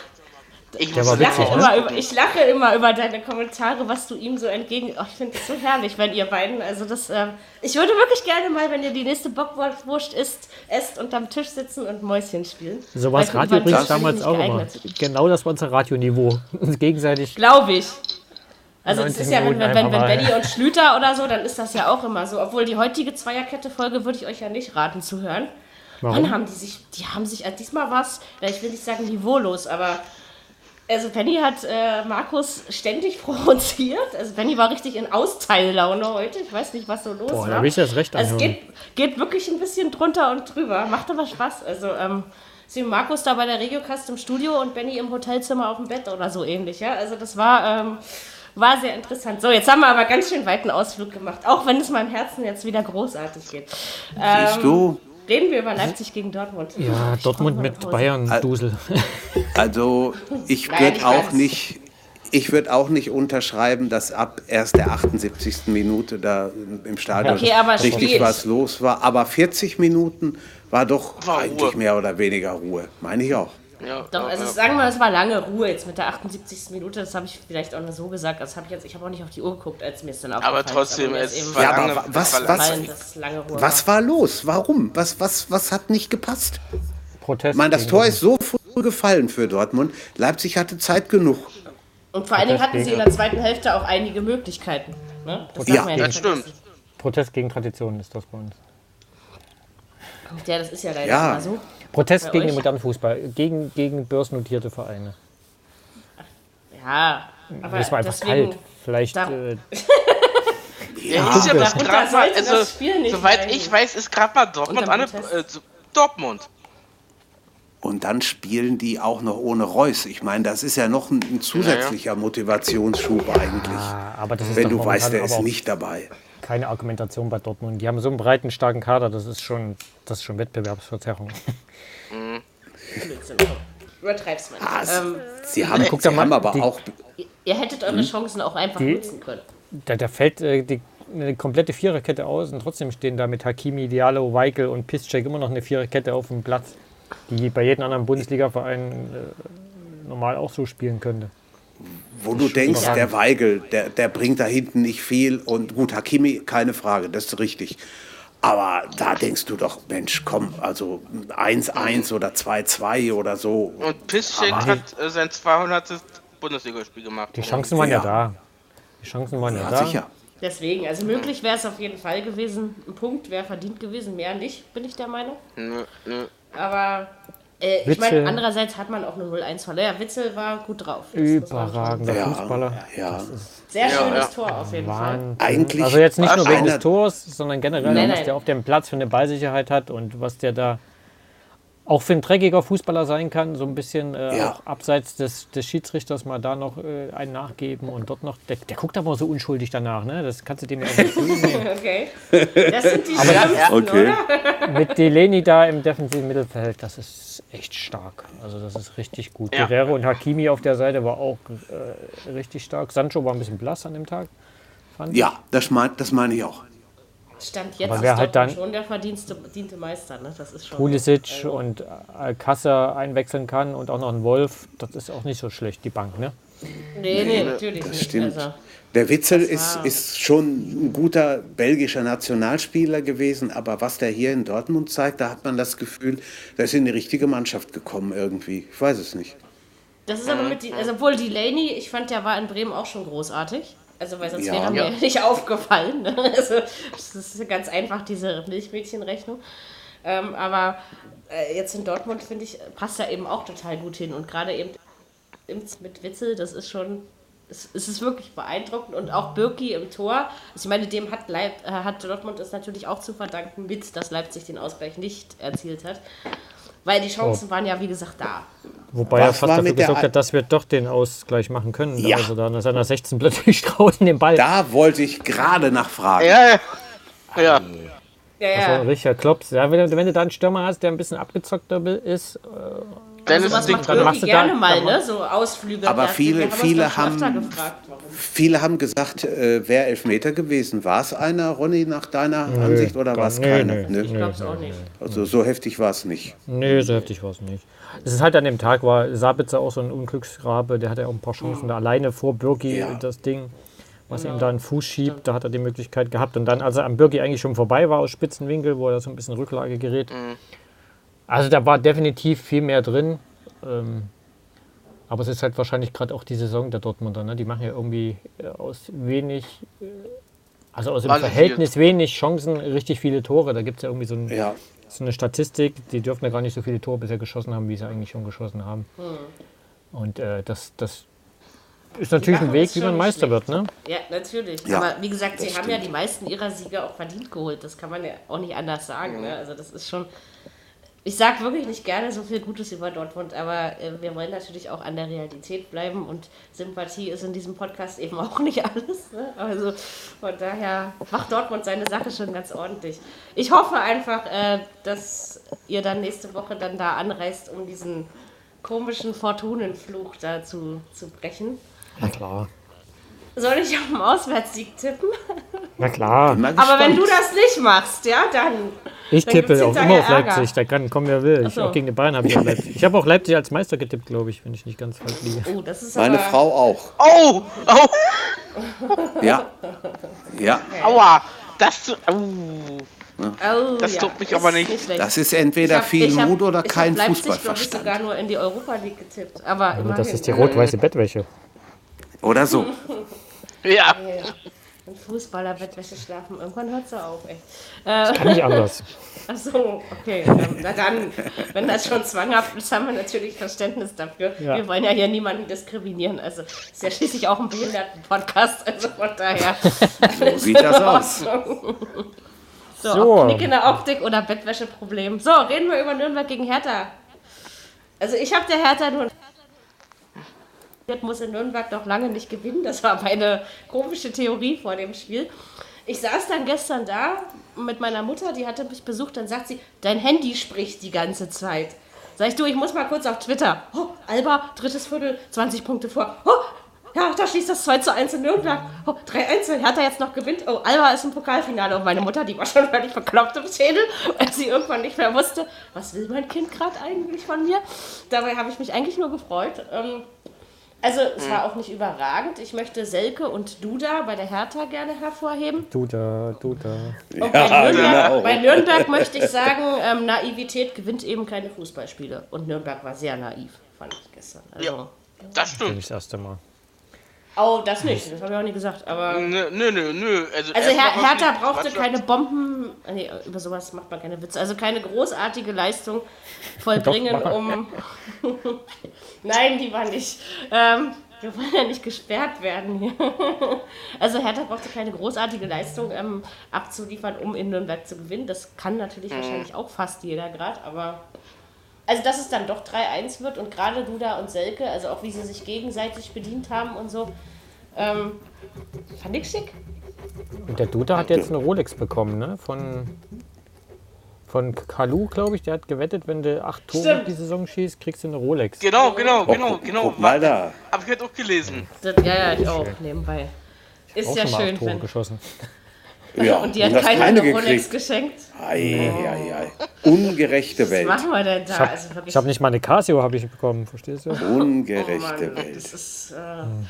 Ich muss war Ich lache, Witzig, ne? immer über, ich lache immer über deine Kommentare, was du ihm so entgegen. Oh, ich finde es so herrlich, wenn ihr beiden. Also das, ähm, ich würde wirklich gerne mal, wenn ihr die nächste Bockwurst isst, esst und am Tisch sitzen und Mäuschen spielen. So war Weil das Radio irgendwann übrigens ist das damals nicht auch immer. geeignet. Genau das war unser Radioniveau. Uns gegenseitig. Glaube ich. Also das 90 ist ja, wenn, wenn, wenn, Minuten wenn einfach mal. Benny und Schlüter oder so, dann ist das ja auch immer so. Obwohl die heutige Zweierkette-Folge würde ich euch ja nicht raten zu hören. Warum? Wann haben die sich, die haben sich, also diesmal war es, ich will nicht sagen niveaulos, aber also Benny hat äh, Markus ständig provoziert. Also Benny war richtig in Austeillaune heute. Ich weiß nicht, was so los Boah, war. da will ich das recht Also es anhören. geht, geht wirklich ein bisschen drunter und drüber. Macht aber Spaß. Also, ähm, sind Markus da bei der Regiocast im Studio und Benny im Hotelzimmer auf dem Bett oder so ähnlich. Ja? Also, das war, ähm, war sehr interessant. So, jetzt haben wir aber ganz schön weiten Ausflug gemacht. Auch wenn es meinem Herzen jetzt wieder großartig geht. Ähm, Siehst du, Reden wir über Leipzig gegen Dortmund. Ja, Ich brauche Dortmund mal eine mit Pause. Bayern Dusel. also ich Nein, ich würde auch weiß. nicht. Ich würde auch nicht unterschreiben, dass ab erst der 78. Minute da im Stadion Okay, aber richtig spät. was los war. Aber 40 Minuten war doch War eigentlich Ruhe. mehr oder weniger Ruhe. Meine ich auch. Ja, Doch, ja, also ja. sagen wir mal, es war lange Ruhe jetzt mit der 78. Minute. Das habe ich vielleicht auch nur so gesagt. Das habe ich jetzt, ich habe auch nicht auf die Uhr geguckt, als mir es dann aufgefallen ist. trotzdem, mir ist es eben war Ja, aber lange- wa- was- es war was- aufgefallen, dass es lange Ruhe Was war los? Warum? Was, was, was hat nicht gepasst? Protest. Ich meine, das Tor ist so früh gefallen für Dortmund. Leipzig hatte Zeit genug. Und vor allen Dingen hatten sie in der zweiten Hälfte auch einige Möglichkeiten. Ne? Das darf Ja. man Das nicht stimmt. vergessen. Protest gegen Tradition ist das bei uns. Ja, das ist ja leider Ja. immer so. Protest Bei gegen den euch? modernen Fußball, gegen, gegen börsennotierte Vereine. Ja, aber es war einfach deswegen, kalt. Vielleicht da- äh, Der hieß ja Darunter bis gerade mal, sollte das also, Spiel nicht soweit sein. ich weiß, ist gerade mal Dortmund Unter an Protest. äh, zu- Dortmund. Und dann spielen die auch noch ohne Reus. Ich meine, das ist ja noch ein, ein zusätzlicher Motivationsschub eigentlich. Ah, aber das ist Wenn doch du momentan weißt, der ist aber auch nicht dabei. keine Argumentation bei Dortmund. Die haben so einen breiten, starken Kader, das ist schon, das ist schon Wettbewerbsverzerrung. Blödsinn. Übertreib's mal. Ah, nicht. sie- Ähm, sie haben, guck Äh, sie doch mal, haben aber die- auch ihr- ihr hättet Hm? eure Chancen auch einfach Die- nutzen können. Da, da fällt äh, die, eine komplette Viererkette aus und trotzdem stehen da mit Hakimi, Diallo, Weigel und Piszczek immer noch eine Viererkette auf dem Platz, die bei jedem anderen Bundesliga-Verein äh, normal auch so spielen könnte. Wo du denkst, überragend. der Weigel, der, der bringt da hinten nicht viel. Und gut, Hakimi, keine Frage, das ist richtig. Aber da denkst du doch, Mensch, komm, also 1-1 oder 2-2 oder so. Und Piszczek hat äh, sein 200. Bundesligaspiel gemacht. Die Chancen waren ja, Ja. da. Die Chancen waren ja, Ja, da. sicher. Deswegen, also möglich wäre es auf jeden Fall gewesen. Ein Punkt wäre verdient gewesen, mehr nicht, bin ich der Meinung. Nö, nö. Aber äh, ich Witzel. meine, andererseits hat man auch eine 0-1 verloren. Ja, Witzel war gut drauf. Das muss man Überragender Ja, Fußballer. ja. Das ist schon- Sehr Ja, schönes ja. Tor auf jeden Fall. Wahnsinn. Eigentlich also jetzt nicht nur wegen einer- des Tors, sondern generell, Nein, was nein. der auf dem Platz für eine Ballsicherheit hat und was der da auch für ein dreckiger Fußballer sein kann, so ein bisschen äh, Ja. auch abseits des, des Schiedsrichters mal da noch äh, einen nachgeben und dort noch. Der, der guckt aber so unschuldig danach, ne? Das kannst du dem ja auch nicht zusehen. Okay. Das sind die schlimmsten, oder? Mit Delaney da im defensiven Mittelfeld, das ist echt stark. Also das ist richtig gut. Ja. Guerrero und Hakimi auf der Seite war auch äh, richtig stark. Sancho war ein bisschen blass an dem Tag. Ja, das meine das mein ich auch. Stand jetzt Aber ist wer halt Dortmund dann- schon der verdienste, verdiente Meister. Ne? Das ist schon. Pulisic und Alcázar einwechseln kann und auch noch ein Wolf, das ist auch nicht so schlecht, die Bank, ne? Nee, nee, natürlich nicht. Stimmt. Also, Der Witzel ist, ist schon ein guter belgischer Nationalspieler gewesen, aber was der hier in Dortmund zeigt, da hat man das Gefühl, der ist in die richtige Mannschaft gekommen irgendwie. Ich weiß es nicht. das ist aber mit, die, also obwohl Delaney, ich fand, der war in Bremen auch schon großartig. Also, weil sonst Ja. wäre Ja. mir nicht aufgefallen. Ne? Also, das ist ganz einfach, diese Milchmädchenrechnung. Ähm, aber äh, jetzt in Dortmund, finde ich, passt er eben auch total gut hin. Und gerade eben im, mit Witzel, das ist schon, es, es ist wirklich beeindruckend. Und auch Birki im Tor, also ich meine, dem hat, Leip, äh, hat Dortmund es natürlich auch zu verdanken, mit, dass Leipzig den Ausgleich nicht erzielt hat. Weil die Chancen waren ja, wie gesagt, da. Wobei Was er fast war dafür mit der gesorgt Al- hat, dass wir doch den Ausgleich machen können. Ja. Also dann ist einer 16 plötzlich draußen den Ball. Da wollte ich gerade nachfragen. Ja, ja. Ja, Also Ja, Das war ja. ein richtiger Klops. Oh, Ja, wenn, du- wenn du da einen Stürmer hast, der ein bisschen abgezockter bi- ist, Dennis Also Sowas ist dick macht Dann drin. machst Birki du da- gerne mal, dann ne? So Ausflüge. Aber Ja, viele- wir haben uns viele doch schon öfter haben- gefragt, warum. Viele haben gesagt, äh, wäre Elfmeter gewesen. War es einer, Ronny, nach deiner Ansicht oder gar- war es nee, keiner? nee, Nö. Ich glaube es auch nicht. Also so heftig war es nicht. nee, so heftig war es nicht. Es ist halt an dem Tag, war Sabitzer auch so ein Unglücksgrabe, der hatte ja auch ein paar Chancen da alleine vor Birki Ja. das Ding, was ihm da einen Fuß schiebt, da hat er die Möglichkeit gehabt. Und dann, als er am Birki eigentlich schon vorbei war aus Spitzenwinkel, wo er so ein bisschen Rücklage gerät, Mhm. Also da war definitiv viel mehr drin. Ähm, aber es ist halt wahrscheinlich gerade auch die Saison der Dortmunder. Ne? Die machen ja irgendwie äh, aus wenig, äh, also aus dem Ballisiert. Verhältnis wenig Chancen richtig viele Tore. Da gibt es ja irgendwie so, ein, Ja. so eine Statistik, die dürfen ja gar nicht so viele Tore bisher geschossen haben, wie sie eigentlich schon geschossen haben. Hm. Und äh, das, das ist natürlich ein Sache Weg, ist wie schon man nicht Meister schlecht. wird. Ne? Ja, natürlich. Ja, Aber wie gesagt, sie das haben ja stimmt. die meisten ihrer Siege auch verdient geholt. Das kann man ja auch nicht anders sagen. Mhm. Ne? Also das ist schon. Ich sage wirklich nicht gerne so viel Gutes über Dortmund, aber äh, wir wollen natürlich auch an der Realität bleiben und Sympathie ist in diesem Podcast eben auch nicht alles. Ne? Also von daher macht Dortmund seine Sache schon ganz ordentlich. Ich hoffe einfach, äh, dass ihr dann nächste Woche dann da anreist, um diesen komischen Fortunenfluch da zu, zu brechen. Na klar. Soll ich auf den Auswärtssieg tippen? Na klar, Mal Aber wenn gespannt. du das nicht machst, ja, dann. ich Dann gibt's tippe auch immer auf hinterher Ärger. Leipzig, da kann kommen wer will. Ach Ich, so. auch gegen die Bayern habe ich auch Leipzig. Ich habe auch Leipzig als Meister getippt, glaube ich, wenn ich nicht ganz falsch liege. Oh, das ist Meine aber, Frau auch. Oh! Oh! Ja. Ja. Aua! Das. Oh, Oh, Das ja, tut mich ist aber nicht. schlecht. Das ist entweder Ich hab- viel ich hab- Mut oder ich hab kein Leipzig, glaub Ich Fußballverstand. sogar nur in die Europa League getippt. Aber immerhin. Das ist die rot-weiße Bettwäsche. Oder so. ja. Im Fußballerbettwäsche schlafen. Irgendwann hört es auf, ey. Äh, Kann nicht anders. ach so, okay. Ähm, na dann, wenn das schon zwanghaft ist, haben wir natürlich Verständnis dafür. Ja. Wir wollen ja hier niemanden diskriminieren. Also ist ja schließlich auch ein Behindertenpodcast. Also von daher. So sieht das aus. So, So. Ob Knick in der Optik oder Bettwäscheproblem. So, reden wir über Nürnberg gegen Hertha. Also ich habe der Hertha nur... Fürth muss in Nürnberg noch lange nicht gewinnen. Das war meine komische Theorie vor dem Spiel. Ich saß dann gestern da mit meiner Mutter, die hatte mich besucht, dann sagt sie, dein Handy spricht die ganze Zeit. Sag ich, du, ich muss mal kurz auf Twitter. Oh, Alba, drittes Viertel, 20 Punkte vor. Oh, ja, da schließt das 2 zu 1 in Nürnberg. Oh, 3-1, wenn Hertha jetzt noch gewinnt. Oh, Alba ist im Pokalfinale. Und meine Mutter, die war schon völlig verkloppt im Schädel, weil sie irgendwann nicht mehr wusste, was will mein Kind gerade eigentlich von mir. Dabei habe ich mich eigentlich nur gefreut. Ähm, also es war auch nicht überragend. Ich möchte Selke und Duda bei der Hertha gerne hervorheben. Du da, du da. Und bei, Nürnberg, genau. bei Nürnberg möchte ich sagen, ähm, Naivität gewinnt eben keine Fußballspiele. Und Nürnberg war sehr naiv, fand ich gestern. Also, Ja. Das stimmt. Das erste Mal. Oh, das nicht, das habe ich auch nie gesagt. Aber Nö, nö, nö, nö. Also, also erstmal Her Hertha wirklich- brauchte Mannschaft- keine Bomben, nee, über sowas macht man keine Witze. Also keine großartige Leistung vollbringen, Doch, mach um... Nein, die war nicht. Ähm, wir wollen ja nicht gesperrt werden hier. Also Hertha brauchte keine großartige Leistung ähm, abzuliefern, um in Nürnberg zu gewinnen. Das kann natürlich wahrscheinlich auch fast jeder gerade, aber... Also, dass es dann doch 3-1 wird und gerade Duda und Selke, also auch wie sie sich gegenseitig bedient haben und so, ähm, fand ich schick. Und der Duda hat jetzt eine Rolex bekommen, ne? Von, von Kalu, glaube ich. Der hat gewettet, wenn du acht Tore Stimmt. die Saison schießt, kriegst du eine Rolex. Genau, Oh. genau, genau, guck- genau. guck mal da. Hab ich heute auch gelesen. Mhm. Das, ja, ja, ich auch, nebenbei. Ist Auch ja schon mal schön. acht Tore Wenn, Ah, geschossen. Ja, Also, und die hat das keiner keine eine Rolex Oh. gekriegt. geschenkt. Ei, ei, ei. Ungerechte Was Welt. machen wir denn da? Ich habe also wirklich, hab nicht mal eine Casio habe ich bekommen, verstehst du? oh Mann, Ungerechte Das Welt. ist, äh, Hm.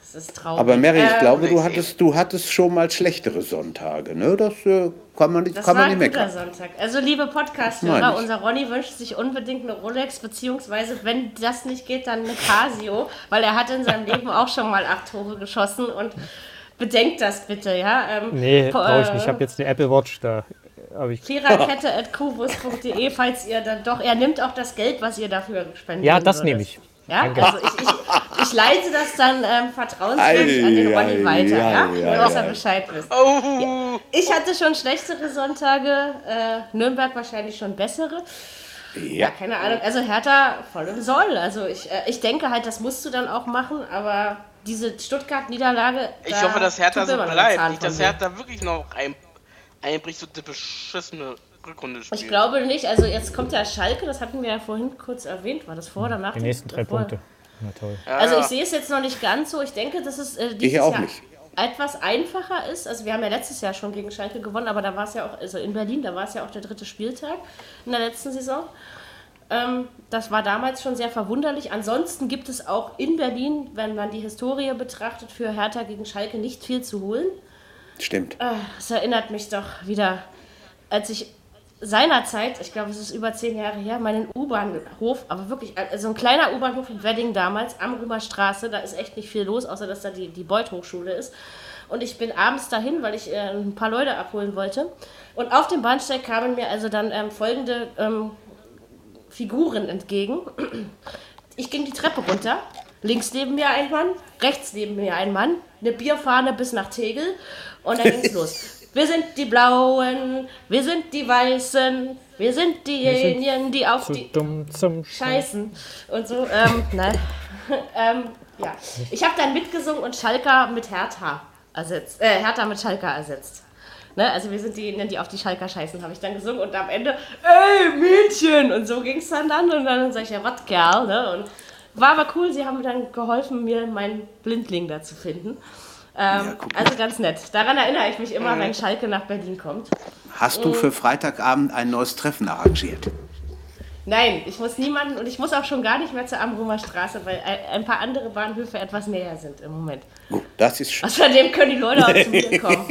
das ist traurig. Aber Mary, ich Ähm, glaube, du hattest, du hattest schon mal schlechtere Sonntage. Ne? Das äh, kann man nicht, Das kann war man nicht ein guter meckern. Sonntag. Also, liebe meine Podcast-Hörer, ich. unser Ronny wünscht sich unbedingt eine Rolex, beziehungsweise, wenn das nicht geht, dann eine Casio, weil er hat in seinem Leben auch schon mal acht Tore geschossen und bedenkt das bitte, ja? Ähm, Nee, brauche ich äh, nicht. Ich habe jetzt eine Apple Watch, da habe ich. Viererkette.kubus.de, E, falls ihr dann doch. Er nimmt auch das Geld, was ihr dafür spendet. Ja, das nehme ich. Ja, Danke. also ich, ich, ich leite das dann ähm, vertrauenswürdig an den Ei, Ronny ei, weiter, ei, ja? ei, Nur, dass er ei. Bescheid wisst. Oh, Ich hatte schon schlechtere Sonntage, äh, Nürnberg wahrscheinlich schon bessere. Ja. Keine Ahnung, also Hertha voll im Soll. Also ich, äh, ich denke halt, das musst du dann auch machen, aber diese Stuttgart-Niederlage. ich da hoffe, dass Hertha tut mir so immer noch der bleibt. Zahn Nicht, von dass weh. Hertha wirklich noch ein, einbricht und eine beschissene Rückrunde spielt. Ich glaube nicht, also jetzt kommt ja Schalke, das hatten wir ja vorhin kurz erwähnt, war das vor oder nach? Die dem- nächsten drei davor? Punkte. Na toll. Ja, Also ich ja. sehe es jetzt noch nicht ganz so. Ich denke, dass es äh, dieses Ich auch Jahr nicht. etwas einfacher ist. Also wir haben ja letztes Jahr schon gegen Schalke gewonnen, aber da war es ja auch, also in Berlin, da war es ja auch der dritte Spieltag in der letzten Saison. Ähm, das war damals schon sehr verwunderlich. Ansonsten gibt es auch in Berlin, wenn man die Historie betrachtet, für Hertha gegen Schalke nicht viel zu holen. Stimmt. Das erinnert mich doch wieder, als ich seinerzeit, ich glaube, es ist über zehn Jahre her, meinen U-Bahnhof, aber wirklich, also ein kleiner U-Bahnhof in Wedding damals, am Römerstraße, da ist echt nicht viel los, außer dass da die, die Beuth-Hochschule ist. Und ich bin abends dahin, weil ich äh, ein paar Leute abholen wollte. Und auf dem Bahnsteig kamen mir also dann ähm, folgende ähm, Figuren entgegen. Ich ging die Treppe runter. Links neben mir ein Mann, rechts neben mir ein Mann, eine Bierfahne bis nach Tegel und dann ging's los. Wir sind die Blauen, wir sind die Weißen, wir sind diejenigen, die auf Zu die dumm zum Scheißen und so. Ähm, nein. ähm, ja. Ich habe dann mitgesungen und Schalker mit Hertha ersetzt. Äh, Hertha mit Schalker ersetzt. Ne? Also wir sind diejenigen, die auf die Schalker scheißen, habe ich dann gesungen und am Ende, ey Mädchen! Und so ging es dann dann und dann sag ich, ja, was Kerl, ne? Und war aber cool, sie haben mir dann geholfen, mir meinen Blindling da zu finden. Ähm, Ja, guck mal. also ganz nett. Daran erinnere ich mich immer, wenn Schalke nach Berlin kommt. Hast oh. du für Freitagabend ein neues Treffen arrangiert? Nein, ich muss niemanden und ich muss auch schon gar nicht mehr zur Amrumer Straße, weil ein ein paar andere Bahnhöfe etwas näher sind im Moment. Gut, das ist schön. Außerdem können die Leute auch zu mir kommen.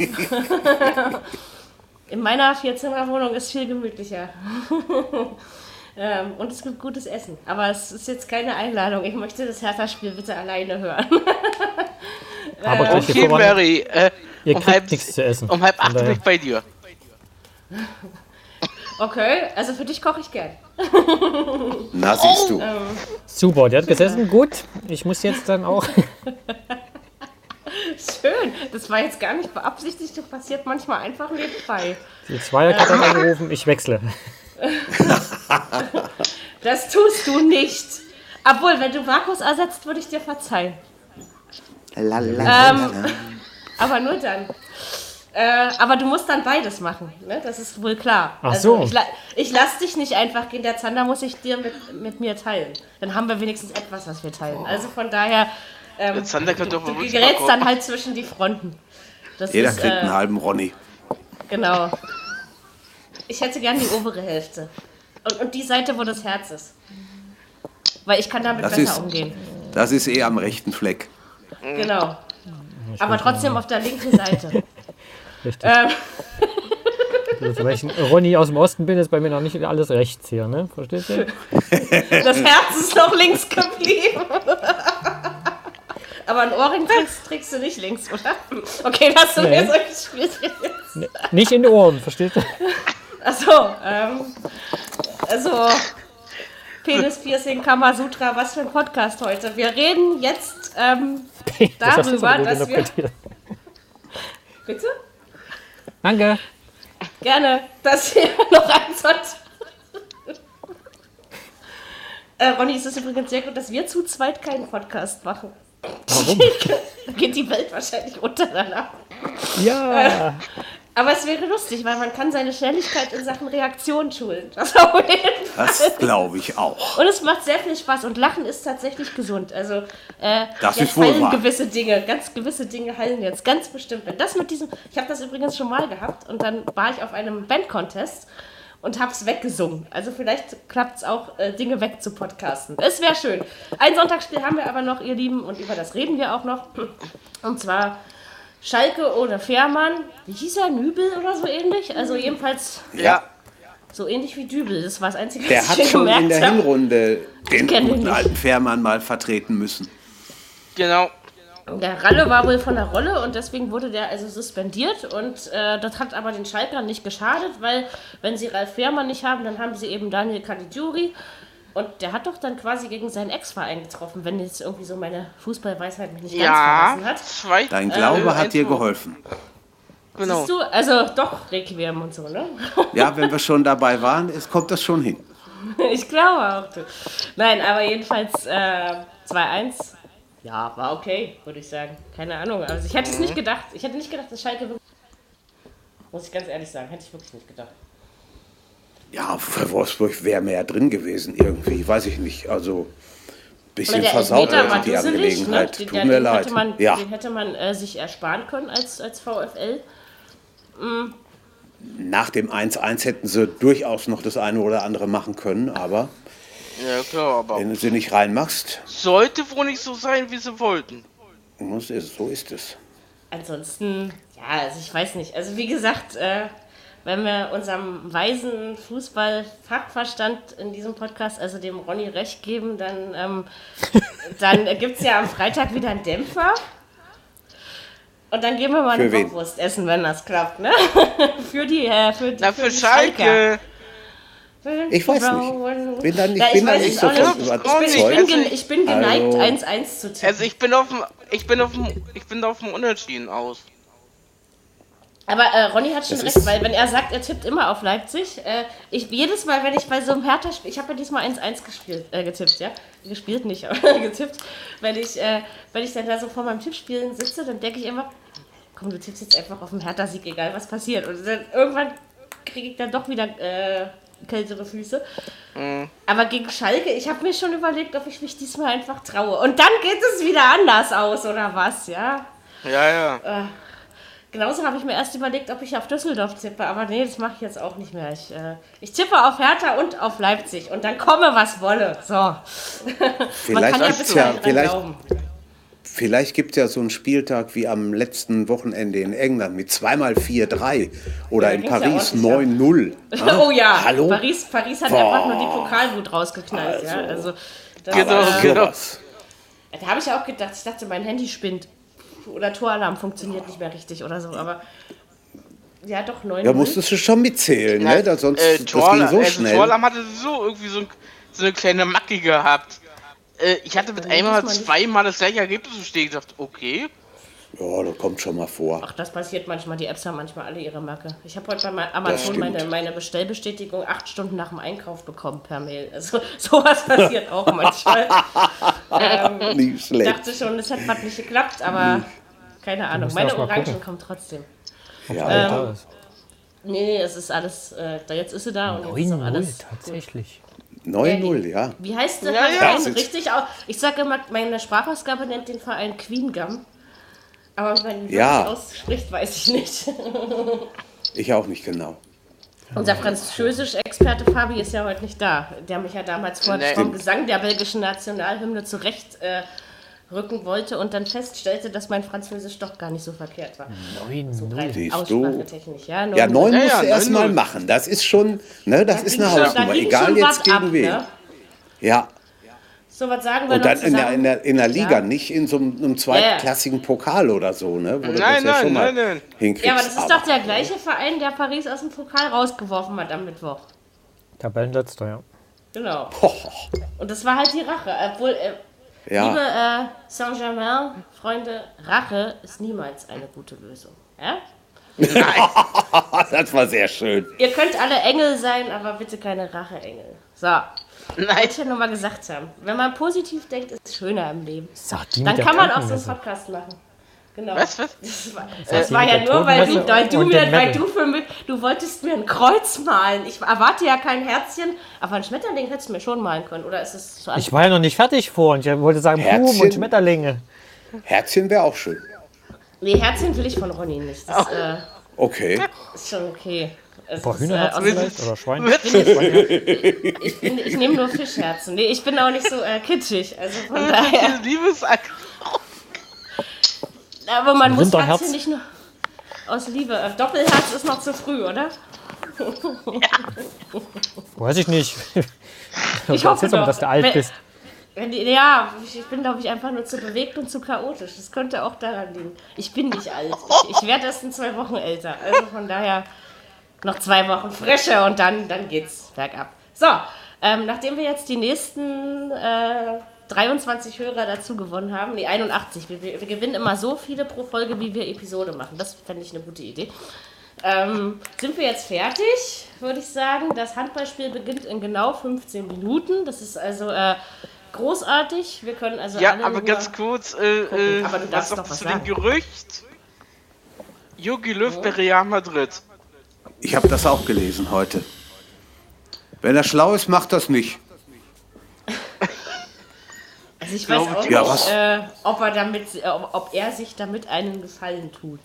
In meiner Vierzimmerwohnung ist viel gemütlicher. ähm, und es gibt gutes Essen. Aber es ist jetzt keine Einladung. Ich möchte das Hertha-Spiel bitte alleine hören. Aber gleich hier Okay, voran. Mary, äh, Ihr um kriegt halb, nichts zu essen. um halb Von acht bin daher. ich bei dir. Okay, also für dich koche ich gern. Na, siehst Oh, du. Super, der hat gesessen. Gut, ich muss jetzt dann auch. Schön. Das war jetzt gar nicht beabsichtigt. Das passiert manchmal einfach nebenbei. Die Zweier hat dann angerufen, ich wechsle. Das tust du nicht. Obwohl, wenn du Markus ersetzt, würde ich dir verzeihen. Ähm, La, la, la, la, la. Aber nur dann. Äh, aber du musst dann beides machen, ne? das ist wohl klar. Also Ach so. Ich, la ich lass dich nicht einfach gehen, der Zander muss ich dir mit, mit mir teilen. Dann haben wir wenigstens etwas, was wir teilen. Also von daher, ähm, Der Zander könnte du, auch mal du rüber gerätst gucken. dann halt zwischen die Fronten. Das Jeder ist, kriegt einen äh, halben Ronny. genau. Ich hätte gern die obere Hälfte. Und, und die Seite, wo das Herz ist. Weil ich kann damit Das besser ist- umgehen. Das ist eh am rechten Fleck. Genau. Aber trotzdem auf der linken Seite. Richtig. Also, weil ich ein Ronny aus dem Osten bin, ist bei mir noch nicht alles rechts hier, ne? Versteht ihr? Das Herz ist noch links geblieben. Aber ein Ohrring trägst, trägst du nicht links, oder? Okay, das sind Nee. mir solche Spielchen. Nicht in die Ohren, versteht ihr? Achso, ähm, also Penis-Piercing, Kamasutra, was für ein Podcast heute. Wir reden jetzt, ähm, Das hast du Darüber, gut dass wir- interpretiert. bitte? Danke. Gerne, dass ihr noch eins habt. Äh, Ronny, es ist übrigens sehr gut, dass wir zu zweit keinen Podcast machen. Warum? Da geht die Welt wahrscheinlich unter danach. Äh, Ja. Aber es wäre lustig, weil man kann seine Schnelligkeit in Sachen Reaktion schulen. Das auf jeden Fall. Das glaube ich auch. Und es macht sehr viel Spaß und Lachen ist tatsächlich gesund. Also äh, Das jetzt ist wohl heilen wahr. gewisse Dinge, ganz gewisse Dinge heilen jetzt, ganz bestimmt. Wenn das mit diesem, ich habe das übrigens schon mal gehabt und dann war ich auf einem Bandcontest und habe es weggesungen. Also vielleicht klappt es auch, äh, Dinge wegzupodcasten. Es wäre schön. Ein Sonntagsspiel haben wir aber noch, ihr Lieben, und über das reden wir auch noch. Und zwar Schalke oder Fährmann. Wie hieß er? Nübel oder so ähnlich? Also jedenfalls Ja, so ähnlich wie Dübel. Das war das Einzige, der hat ich schon in gemerkt der habe. Hinrunde den kenn den guten nicht. alten Fährmann mal vertreten müssen. Genau. Der Ralle war wohl von der Rolle und deswegen wurde der also suspendiert und äh, das hat aber den Schalkern nicht geschadet, weil wenn sie Ralf Fährmann nicht haben, dann haben sie eben Daniel Caligiuri und der hat doch dann quasi gegen seinen Ex-Verein getroffen, wenn jetzt irgendwie so meine Fußballweisheit mich nicht Ja, ganz verlassen hat. zwei. Dein äh, Glaube hat dir eins- geholfen. Genau. Siehst du, also doch Requiem und so, ne? Ja, wenn wir schon dabei waren, es kommt das schon hin. Ich glaube auch. Du. Nein, aber jedenfalls äh, 2-1. Ja, war okay, würde ich sagen. Keine Ahnung. Also ich hätte es nicht gedacht. Ich hätte nicht gedacht, dass Schalke wirklich. Muss ich ganz ehrlich sagen, hätte ich wirklich nicht gedacht. Ja, für Wolfsburg wäre mehr drin gewesen irgendwie, weiß ich nicht. Also ein bisschen der versaut Elfmeter heute die dusselig, ne? Angelegenheit. Den- Tut den mir hätte leid. Man, Ja, Den hätte man äh, sich ersparen können als, als VfL. nach dem 1-1 hätten sie durchaus noch das eine oder andere machen können, aber Ja, klar, aber wenn du sie nicht reinmachst, sollte wohl nicht so sein, wie sie wollten. muss es, so ist es. Ansonsten, ja, also ich weiß nicht. Also wie gesagt, äh, wenn wir unserem weisen Fußball-Fachverstand in diesem Podcast, also dem Ronny recht geben, dann, ähm, dann gibt es ja am Freitag wieder einen Dämpfer. Und dann gehen wir mal Für eine wen? Bockwurst essen, wenn das klappt, ne? für die, äh, für die, Na, für die Schalke. Schalker. Ich weiß nicht. Bin da nicht- bin da weiß nicht es so auch von Ich bin, ich überzeugt. bin, gen- ich bin geneigt, Also- 1-1 zu tippen. Also ich bin auf dem, ich bin auf dem, ich bin auf dem Unentschieden aus. Aber äh, Ronny hat schon Das recht, ist- weil wenn er sagt, er tippt immer auf Leipzig, äh, ich jedes Mal, wenn ich bei so einem Hertha spiel, ich habe ja diesmal 1-1 gespielt, äh, getippt, ja, gespielt nicht, aber getippt, wenn ich, äh, wenn ich dann da so vor meinem Tippspielen sitze, dann denke ich immer, komm, du tippst jetzt einfach auf den Hertha-Sieg, egal was passiert. Und dann irgendwann kriege ich dann doch wieder äh, kältere Füße. Aber gegen Schalke, ich habe mir schon überlegt, ob ich mich diesmal einfach traue. Und dann geht es wieder anders aus, oder was, ja? Ja, ja. Äh, Genauso habe ich mir erst überlegt, ob ich auf Düsseldorf tippe, aber nee, das mache ich jetzt auch nicht mehr. Ich, äh, ich tippe auf Hertha und auf Leipzig und dann komme, was wolle. So. Man Vielleicht kann ja gibt bis es ja, ja, dran vielleicht, glauben. vielleicht gibt's ja so einen Spieltag wie am letzten Wochenende in England mit zweimal 4-3 oder Ja, in ging's ja Paris ordentlich ab. 9-0. oh ja, Hm? Hallo? Paris, Paris hat einfach nur die Pokalwut rausgeknallt. Also, ja? also das, Genau. äh, Sowas. Da habe ich auch gedacht, ich dachte, mein Handy spinnt. Oder Toralarm funktioniert nicht mehr richtig oder so, aber. Ja, doch, 9 Ja, musstest du schon mitzählen, ne? Da, sonst äh, das Torlam, ging so also schnell. Torlam hatte so irgendwie so, ein, so eine kleine Macke gehabt. Äh, ich hatte mit Also, einmal muss man nicht- zweimal das gleiche Ergebnis und stehen gedacht, okay. Ja, das kommt schon mal vor. Ach, das passiert manchmal. Die Apps haben manchmal alle ihre Macke. Ich habe heute bei Ma- Amazon stimmt. meine, meine Bestellbestätigung acht Stunden nach dem Einkauf bekommen per Mail. Also sowas passiert auch manchmal. Nicht Ich schlecht. dachte schon, es hat was nicht geklappt, aber Hm. keine Ahnung. musst Meine erst mal Orangen gucken. kommen trotzdem. ähm, Ja, Nee, es ist alles, äh, da jetzt ist sie da und jetzt ist auch 9-0, alles. tatsächlich. 9-0, ja. Wie heißt der Ja, ja. Verein Das ist- richtig aus? Ich sage immer, meine Sprachausgabe nennt den Verein Queen Gum. Aber wie man ihn Ja. wirklich ausspricht, weiß ich nicht. Ich auch nicht genau. Unser Französisch-Experte Fabi ist ja heute nicht da. Der mich ja damals vor Nee. vom Gesang der belgischen Nationalhymne zurecht äh, rücken wollte und dann feststellte, dass mein Französisch doch gar nicht so verkehrt war. 9-0. Mhm. Siehst du? Aussprachetechnisch, ja. Ja, neun Ja, ja, musst du erst mal 9-0. machen. Das ist schon, ne, das ist eine schon- da Hausnummer. ging Egal schon jetzt was gegen ab, wen. ne? Ja. So was sagen wir Und noch dann in der, zusammen. in der, in der Liga, Ja. nicht in so einem, einem zweitklassigen Pokal oder so, ne? Wo du Nein, das ja nein, schon mal nein, nein. hinkriegst. Ja, aber das ist doch der gleiche Verein, der Paris aus dem Pokal rausgeworfen hat am Mittwoch. Tabellenletzter, ja. Genau. Hoch, Und das war halt die Rache. Obwohl, äh, liebe ja, äh, Saint-Germain, Freunde, Rache ist niemals eine gute Lösung. Ja? Ah, das war sehr schön. Ihr könnt alle Engel sein, aber bitte keine Rache-Engel. So, wollte Nein, ich ja nur mal gesagt haben. Wenn man positiv denkt, ist es schöner im Leben. Sag die Dann mit der kann man auch so einen Krankenmesse. Podcast machen. Genau. was, was? Das war, die das war mit ja der nur, weil du, Totenmesse weil, du und mir, dem weil Metal. du für mich, du wolltest mir ein Kreuz malen. Ich erwarte ja kein Herzchen, aber ein Schmetterling hättest du mir schon malen können, oder ist es zu Ich war ja noch nicht fertig vor und ich wollte sagen, Boom Herzchen. und Äh, Schmetterlinge. Herzchen wäre auch schön. Nee, Herzchen will ich von Ronny nicht. Oh. Das äh, Okay. ist schon okay. Es Boah, ist, Hühnerherzen äh, vielleicht oder Schwein. ich bin- ich nehme nur Fischherzen. Nee, ich bin auch nicht so äh, kitschig. Also von daher. Liebesakt. Aber man muss Rinderherz. Herzchen nicht nur aus Liebe. Äh, Doppelherz ist noch zu früh, oder? Weiß ich nicht. Ich Erzähl doch mal, dass du alt Wenn- bist. Wenn, die- ja, ich ich bin, glaube ich, einfach nur zu bewegt und zu chaotisch. Das könnte auch daran liegen. Ich bin nicht alt. Ich, ich werde erst in zwei Wochen älter. Also von daher noch zwei Wochen Frische und dann, dann geht's bergab. So, ähm, nachdem wir jetzt die nächsten äh, 23 Hörer dazu gewonnen haben, die 81, wir, wir wir gewinnen immer so viele pro Folge, wie wir Episode machen. Das fände ich eine gute Idee. Ähm, sind wir jetzt fertig, würde ich sagen. Das Handballspiel beginnt in genau 15 Minuten. Das ist also äh, großartig. Wir können also Ja, alle aber nur- ganz kurz, äh, äh, Aber du darfst was doch was sagst du zu sagen. dem Gerücht? Jogi Löw bei Real Madrid. Ich habe das auch gelesen heute. Wenn er schlau ist, macht das nicht. Also ich weiß glaube, auch ja, nicht, was- äh, ob, er damit, äh, ob ob er sich damit einen Gefallen tut.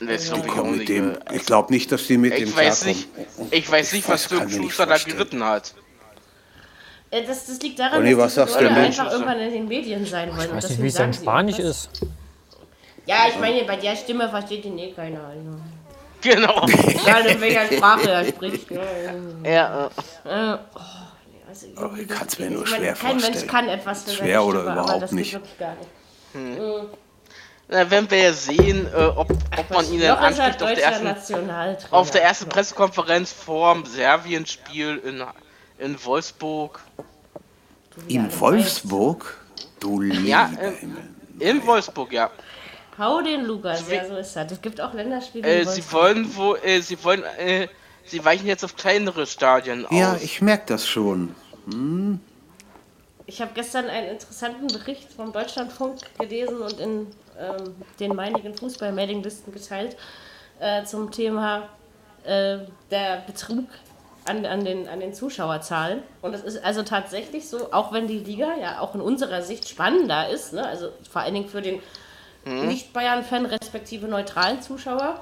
Das glaub ich auch Komm mit nicht, dem. äh. Ich glaube nicht, dass die mit dem Ich weiß nicht, klarkommen. ich weiß nicht, weiß, was kann mir Dirk nicht Schuster da vorstellen. geritten hat. Äh, Das, das liegt daran, Olli, was dass die sagst du Leute denn? einfach irgendwann in den Medien sein wollen. Ich weiß nicht, deswegen wie es sagen in sie Spanisch irgendwas. ist. Ja, ich meine, bei der Stimme versteht ihn eh keiner. Also. Genau. Egal, in welcher Sprache er spricht. Ja, ja, äh, Äh, oh, nee, also irgendwie ich kann's mir das- nur ich meine, schwer Kein Mensch vorstellen. kann etwas für Schwer oder Stimme, aber überhaupt das geht nicht. wirklich gar nicht. na, werden wir ja sehen, äh, ob, ob man ihn dann Noch ist er anspricht auf der deutscher ersten, Nationaltrainer. auf der ersten Pressekonferenz vorm Serbien-Spiel in, in Wolfsburg. In Wolfsburg? Du lieber Ja, äh, Himmel. in Wolfsburg, ja. Hau den Lukas, ja, so ist das. Es gibt auch Länderspiele. Äh, in sie Wolfsburg. wollen wo, äh, sie wollen, äh, sie weichen jetzt auf kleinere Stadien aus. Ja, ich merke das schon. Ich habe gestern einen interessanten Bericht vom Deutschlandfunk gelesen und in ähm, den meinigen Fußball-Mailinglisten geteilt äh, zum Thema äh, der Betrug an, an, den, an den Zuschauerzahlen. Und es ist also tatsächlich so, auch wenn die Liga ja auch in unserer Sicht spannender ist, ne? also vor allen Dingen für den Nicht-Bayern-Fan respektive neutralen Zuschauer,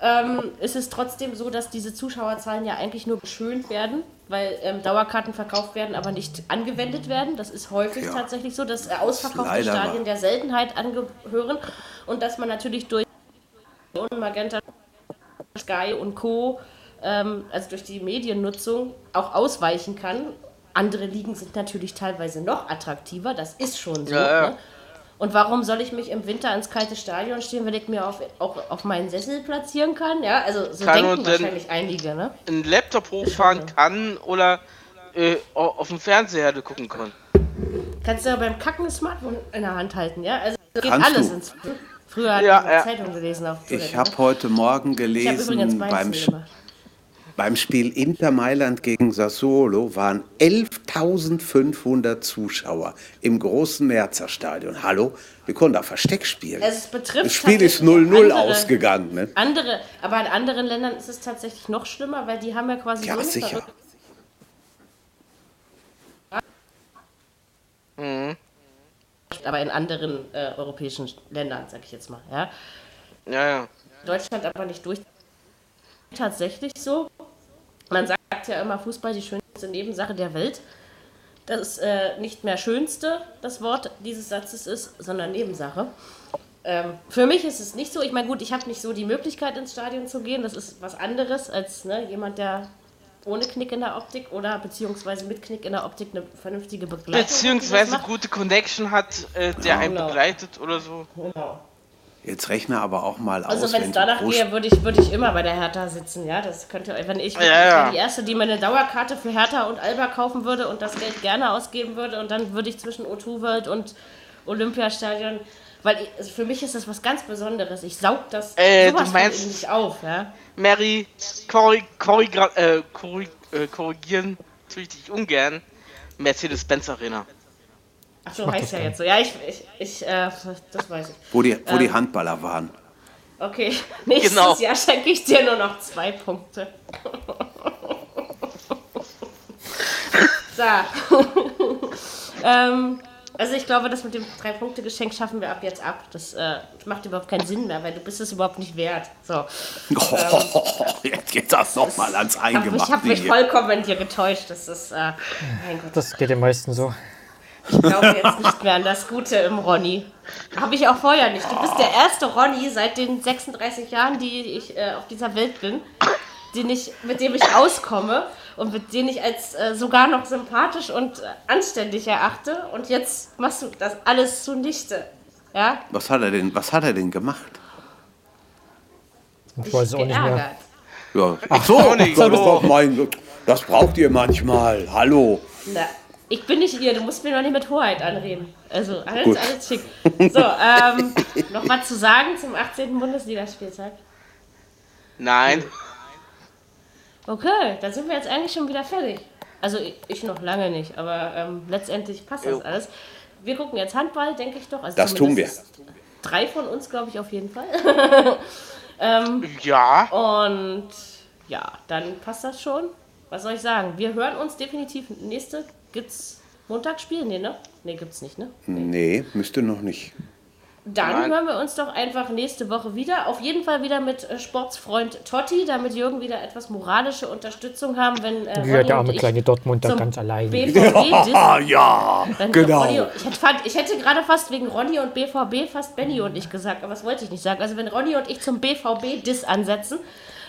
ähm, ist es trotzdem so, dass diese Zuschauerzahlen ja eigentlich nur geschönt werden, weil ähm, Dauerkarten verkauft werden, aber nicht angewendet werden. Das ist häufig Ja. tatsächlich so, dass äh, ausverkaufte leider wahr. Stadien der Seltenheit angehören und dass man natürlich durch und Magenta, Sky und Co., ähm, also durch die Mediennutzung, auch ausweichen kann. Andere Ligen sind natürlich teilweise noch attraktiver, das ist schon so. Ja, ja. Ne? Und warum soll ich mich im Winter ins kalte Stadion stehen, wenn ich mir auf, auch auf meinen Sessel platzieren kann? Ja, also so Kann denken und denn- wahrscheinlich einige, ne? einen Laptop hochfahren kann oder äh, au- auf dem Fernseher gucken kann. Kannst du ja beim Kacken das Smartphone in der Hand halten, ja? Also geht Kannst alles du. ins. Früher hat Ja, man ja. Zeitung gelesen auf Toilette, Ich habe ne? heute Morgen Ich hab übrigens gelesen, beim, Weizen Sch- gemacht. beim Spiel Inter Mailand gegen Sassuolo waren 11.500 Zuschauer im großen Merzer Stadion. Hallo, wir konnten da Versteck spielen. Es betrifft das Spiel ist tatsächlich auch 0-0 andere- ausgegangen. Ne? Andere, aber in anderen Ländern ist es tatsächlich noch schlimmer, weil die haben ja quasi Ja, so eine sicher. verrückte- aber in anderen äh, europäischen Ländern, sag ich jetzt mal, ja. Ja, ja. Deutschland aber nicht durch. Tatsächlich so. Man sagt ja immer, Fußball die schönste Nebensache der Welt. Das ist äh, nicht mehr schönste, das Wort dieses Satzes ist, sondern Nebensache. Ähm, für mich ist es nicht so. Ich meine, gut, ich habe nicht so die Möglichkeit, ins Stadion zu gehen. Das ist was anderes als ne, jemand, der ohne Knick in der Optik oder beziehungsweise mit Knick in der Optik eine vernünftige Begleitung hat, die das Beziehungsweise macht. gute Connection hat, äh, der einen Genau. begleitet oder so. Genau. Jetzt rechne aber auch mal Also aus, wenn es du danach pro gehe, würde ich, würde ich immer bei der Hertha sitzen, ja. Das könnte, wenn ich, Ja, ja. ich wäre die erste, die mir eine Dauerkarte für Hertha und Alba kaufen würde und das Geld gerne ausgeben würde und dann würde ich zwischen O2 World und Olympiastadion, weil ich, also für mich ist das was ganz Besonderes. Ich saug das Äh, du von meinst- eben nicht auf, ja. Mary, korri korri äh, korri äh, korrigieren tue ich dich ungern. Mercedes-Benz Arena. Ach so, heißt ja jetzt so. Ja, ich, ich, ich äh, das weiß ich. wo, die, wo ähm, die Handballer waren. Okay, nächstes Genau. Jahr schenke ich dir nur noch zwei Punkte. so. ähm, also ich glaube, das mit dem Drei-Punkte-Geschenk schaffen wir ab jetzt ab. Das äh, macht überhaupt keinen Sinn mehr, weil du bist es überhaupt nicht wert. So. Oh, jetzt geht das nochmal ans Aber ich habe Eingemachte mich hier. vollkommen in dir getäuscht. Das ist, äh, mein Gott, Das geht den meisten so. ich glaube jetzt nicht mehr an das Gute im Ronny. Habe ich auch vorher nicht. Du bist der erste Ronny seit den 36 Jahren, die ich äh, auf dieser Welt bin, den ich, mit dem ich auskomme und mit dem ich als äh, sogar noch sympathisch und äh, anständig erachte. Und jetzt machst du das alles zunichte. Ja? Was hat er denn, was hat er denn gemacht? Ich weiß es auch nicht mehr. geärgert. Ja. Ach so, auch nicht, das, hallo. braucht mein Gott. das braucht ihr manchmal. Hallo. Na, ich bin nicht ihr, du musst mir noch nicht mit Hoheit anreden. Also alles, Gut. alles schick. So, ähm, noch was zu sagen zum 18. Bundesligaspieltag? Nein. Okay, dann sind wir jetzt eigentlich schon wieder fertig. Also ich- ich noch lange nicht, aber ähm, letztendlich passt das Jo. alles. Wir gucken jetzt Handball, denke ich doch. Also Das tun wir. zumindest Drei von uns, glaube ich, auf jeden Fall. Ja. Und ja, dann passt das schon. Was soll ich sagen? Wir hören uns definitiv. Nächste gibt's Montagsspiel? Nee, ne? Nee, gibt's nicht, ne? Nee, müsste noch nicht. Dann Nein. hören wir uns doch einfach nächste Woche wieder. Auf jeden Fall wieder mit äh, Sportsfreund Totti, damit Jürgen wieder etwas moralische Unterstützung haben, wenn äh, Ronny Ja, der und arme ich kleine Dortmund da zum ganz allein. BVB Ah, ja, Wenn genau. Ronny, ich, hätte, fand, ich hätte gerade fast wegen Ronny und BVB fast Benny und ich gesagt, aber das wollte ich nicht sagen. Also wenn Ronny und ich zum BVB-Diss ansetzen,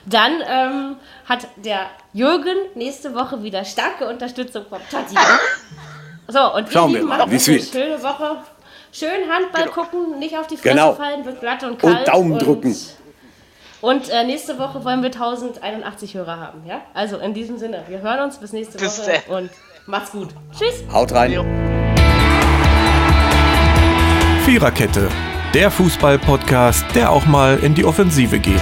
dann ähm, hat der Jürgen nächste Woche wieder starke Unterstützung vom Tati. So, und wir Schauen wir lieben mal, machen wie uns es eine wird. schöne Woche. Schön Handball gucken, nicht auf die Fresse Genau. fallen, wird glatt und kalt. Daumen drücken. Und äh, nächste Woche wollen wir 1081 Hörer haben, ja? Also in diesem Sinne, wir hören uns bis nächste Bis Woche dann. und macht's gut. Tschüss. Haut rein. Viererkette, der Fußball-Podcast, der auch mal in die Offensive geht.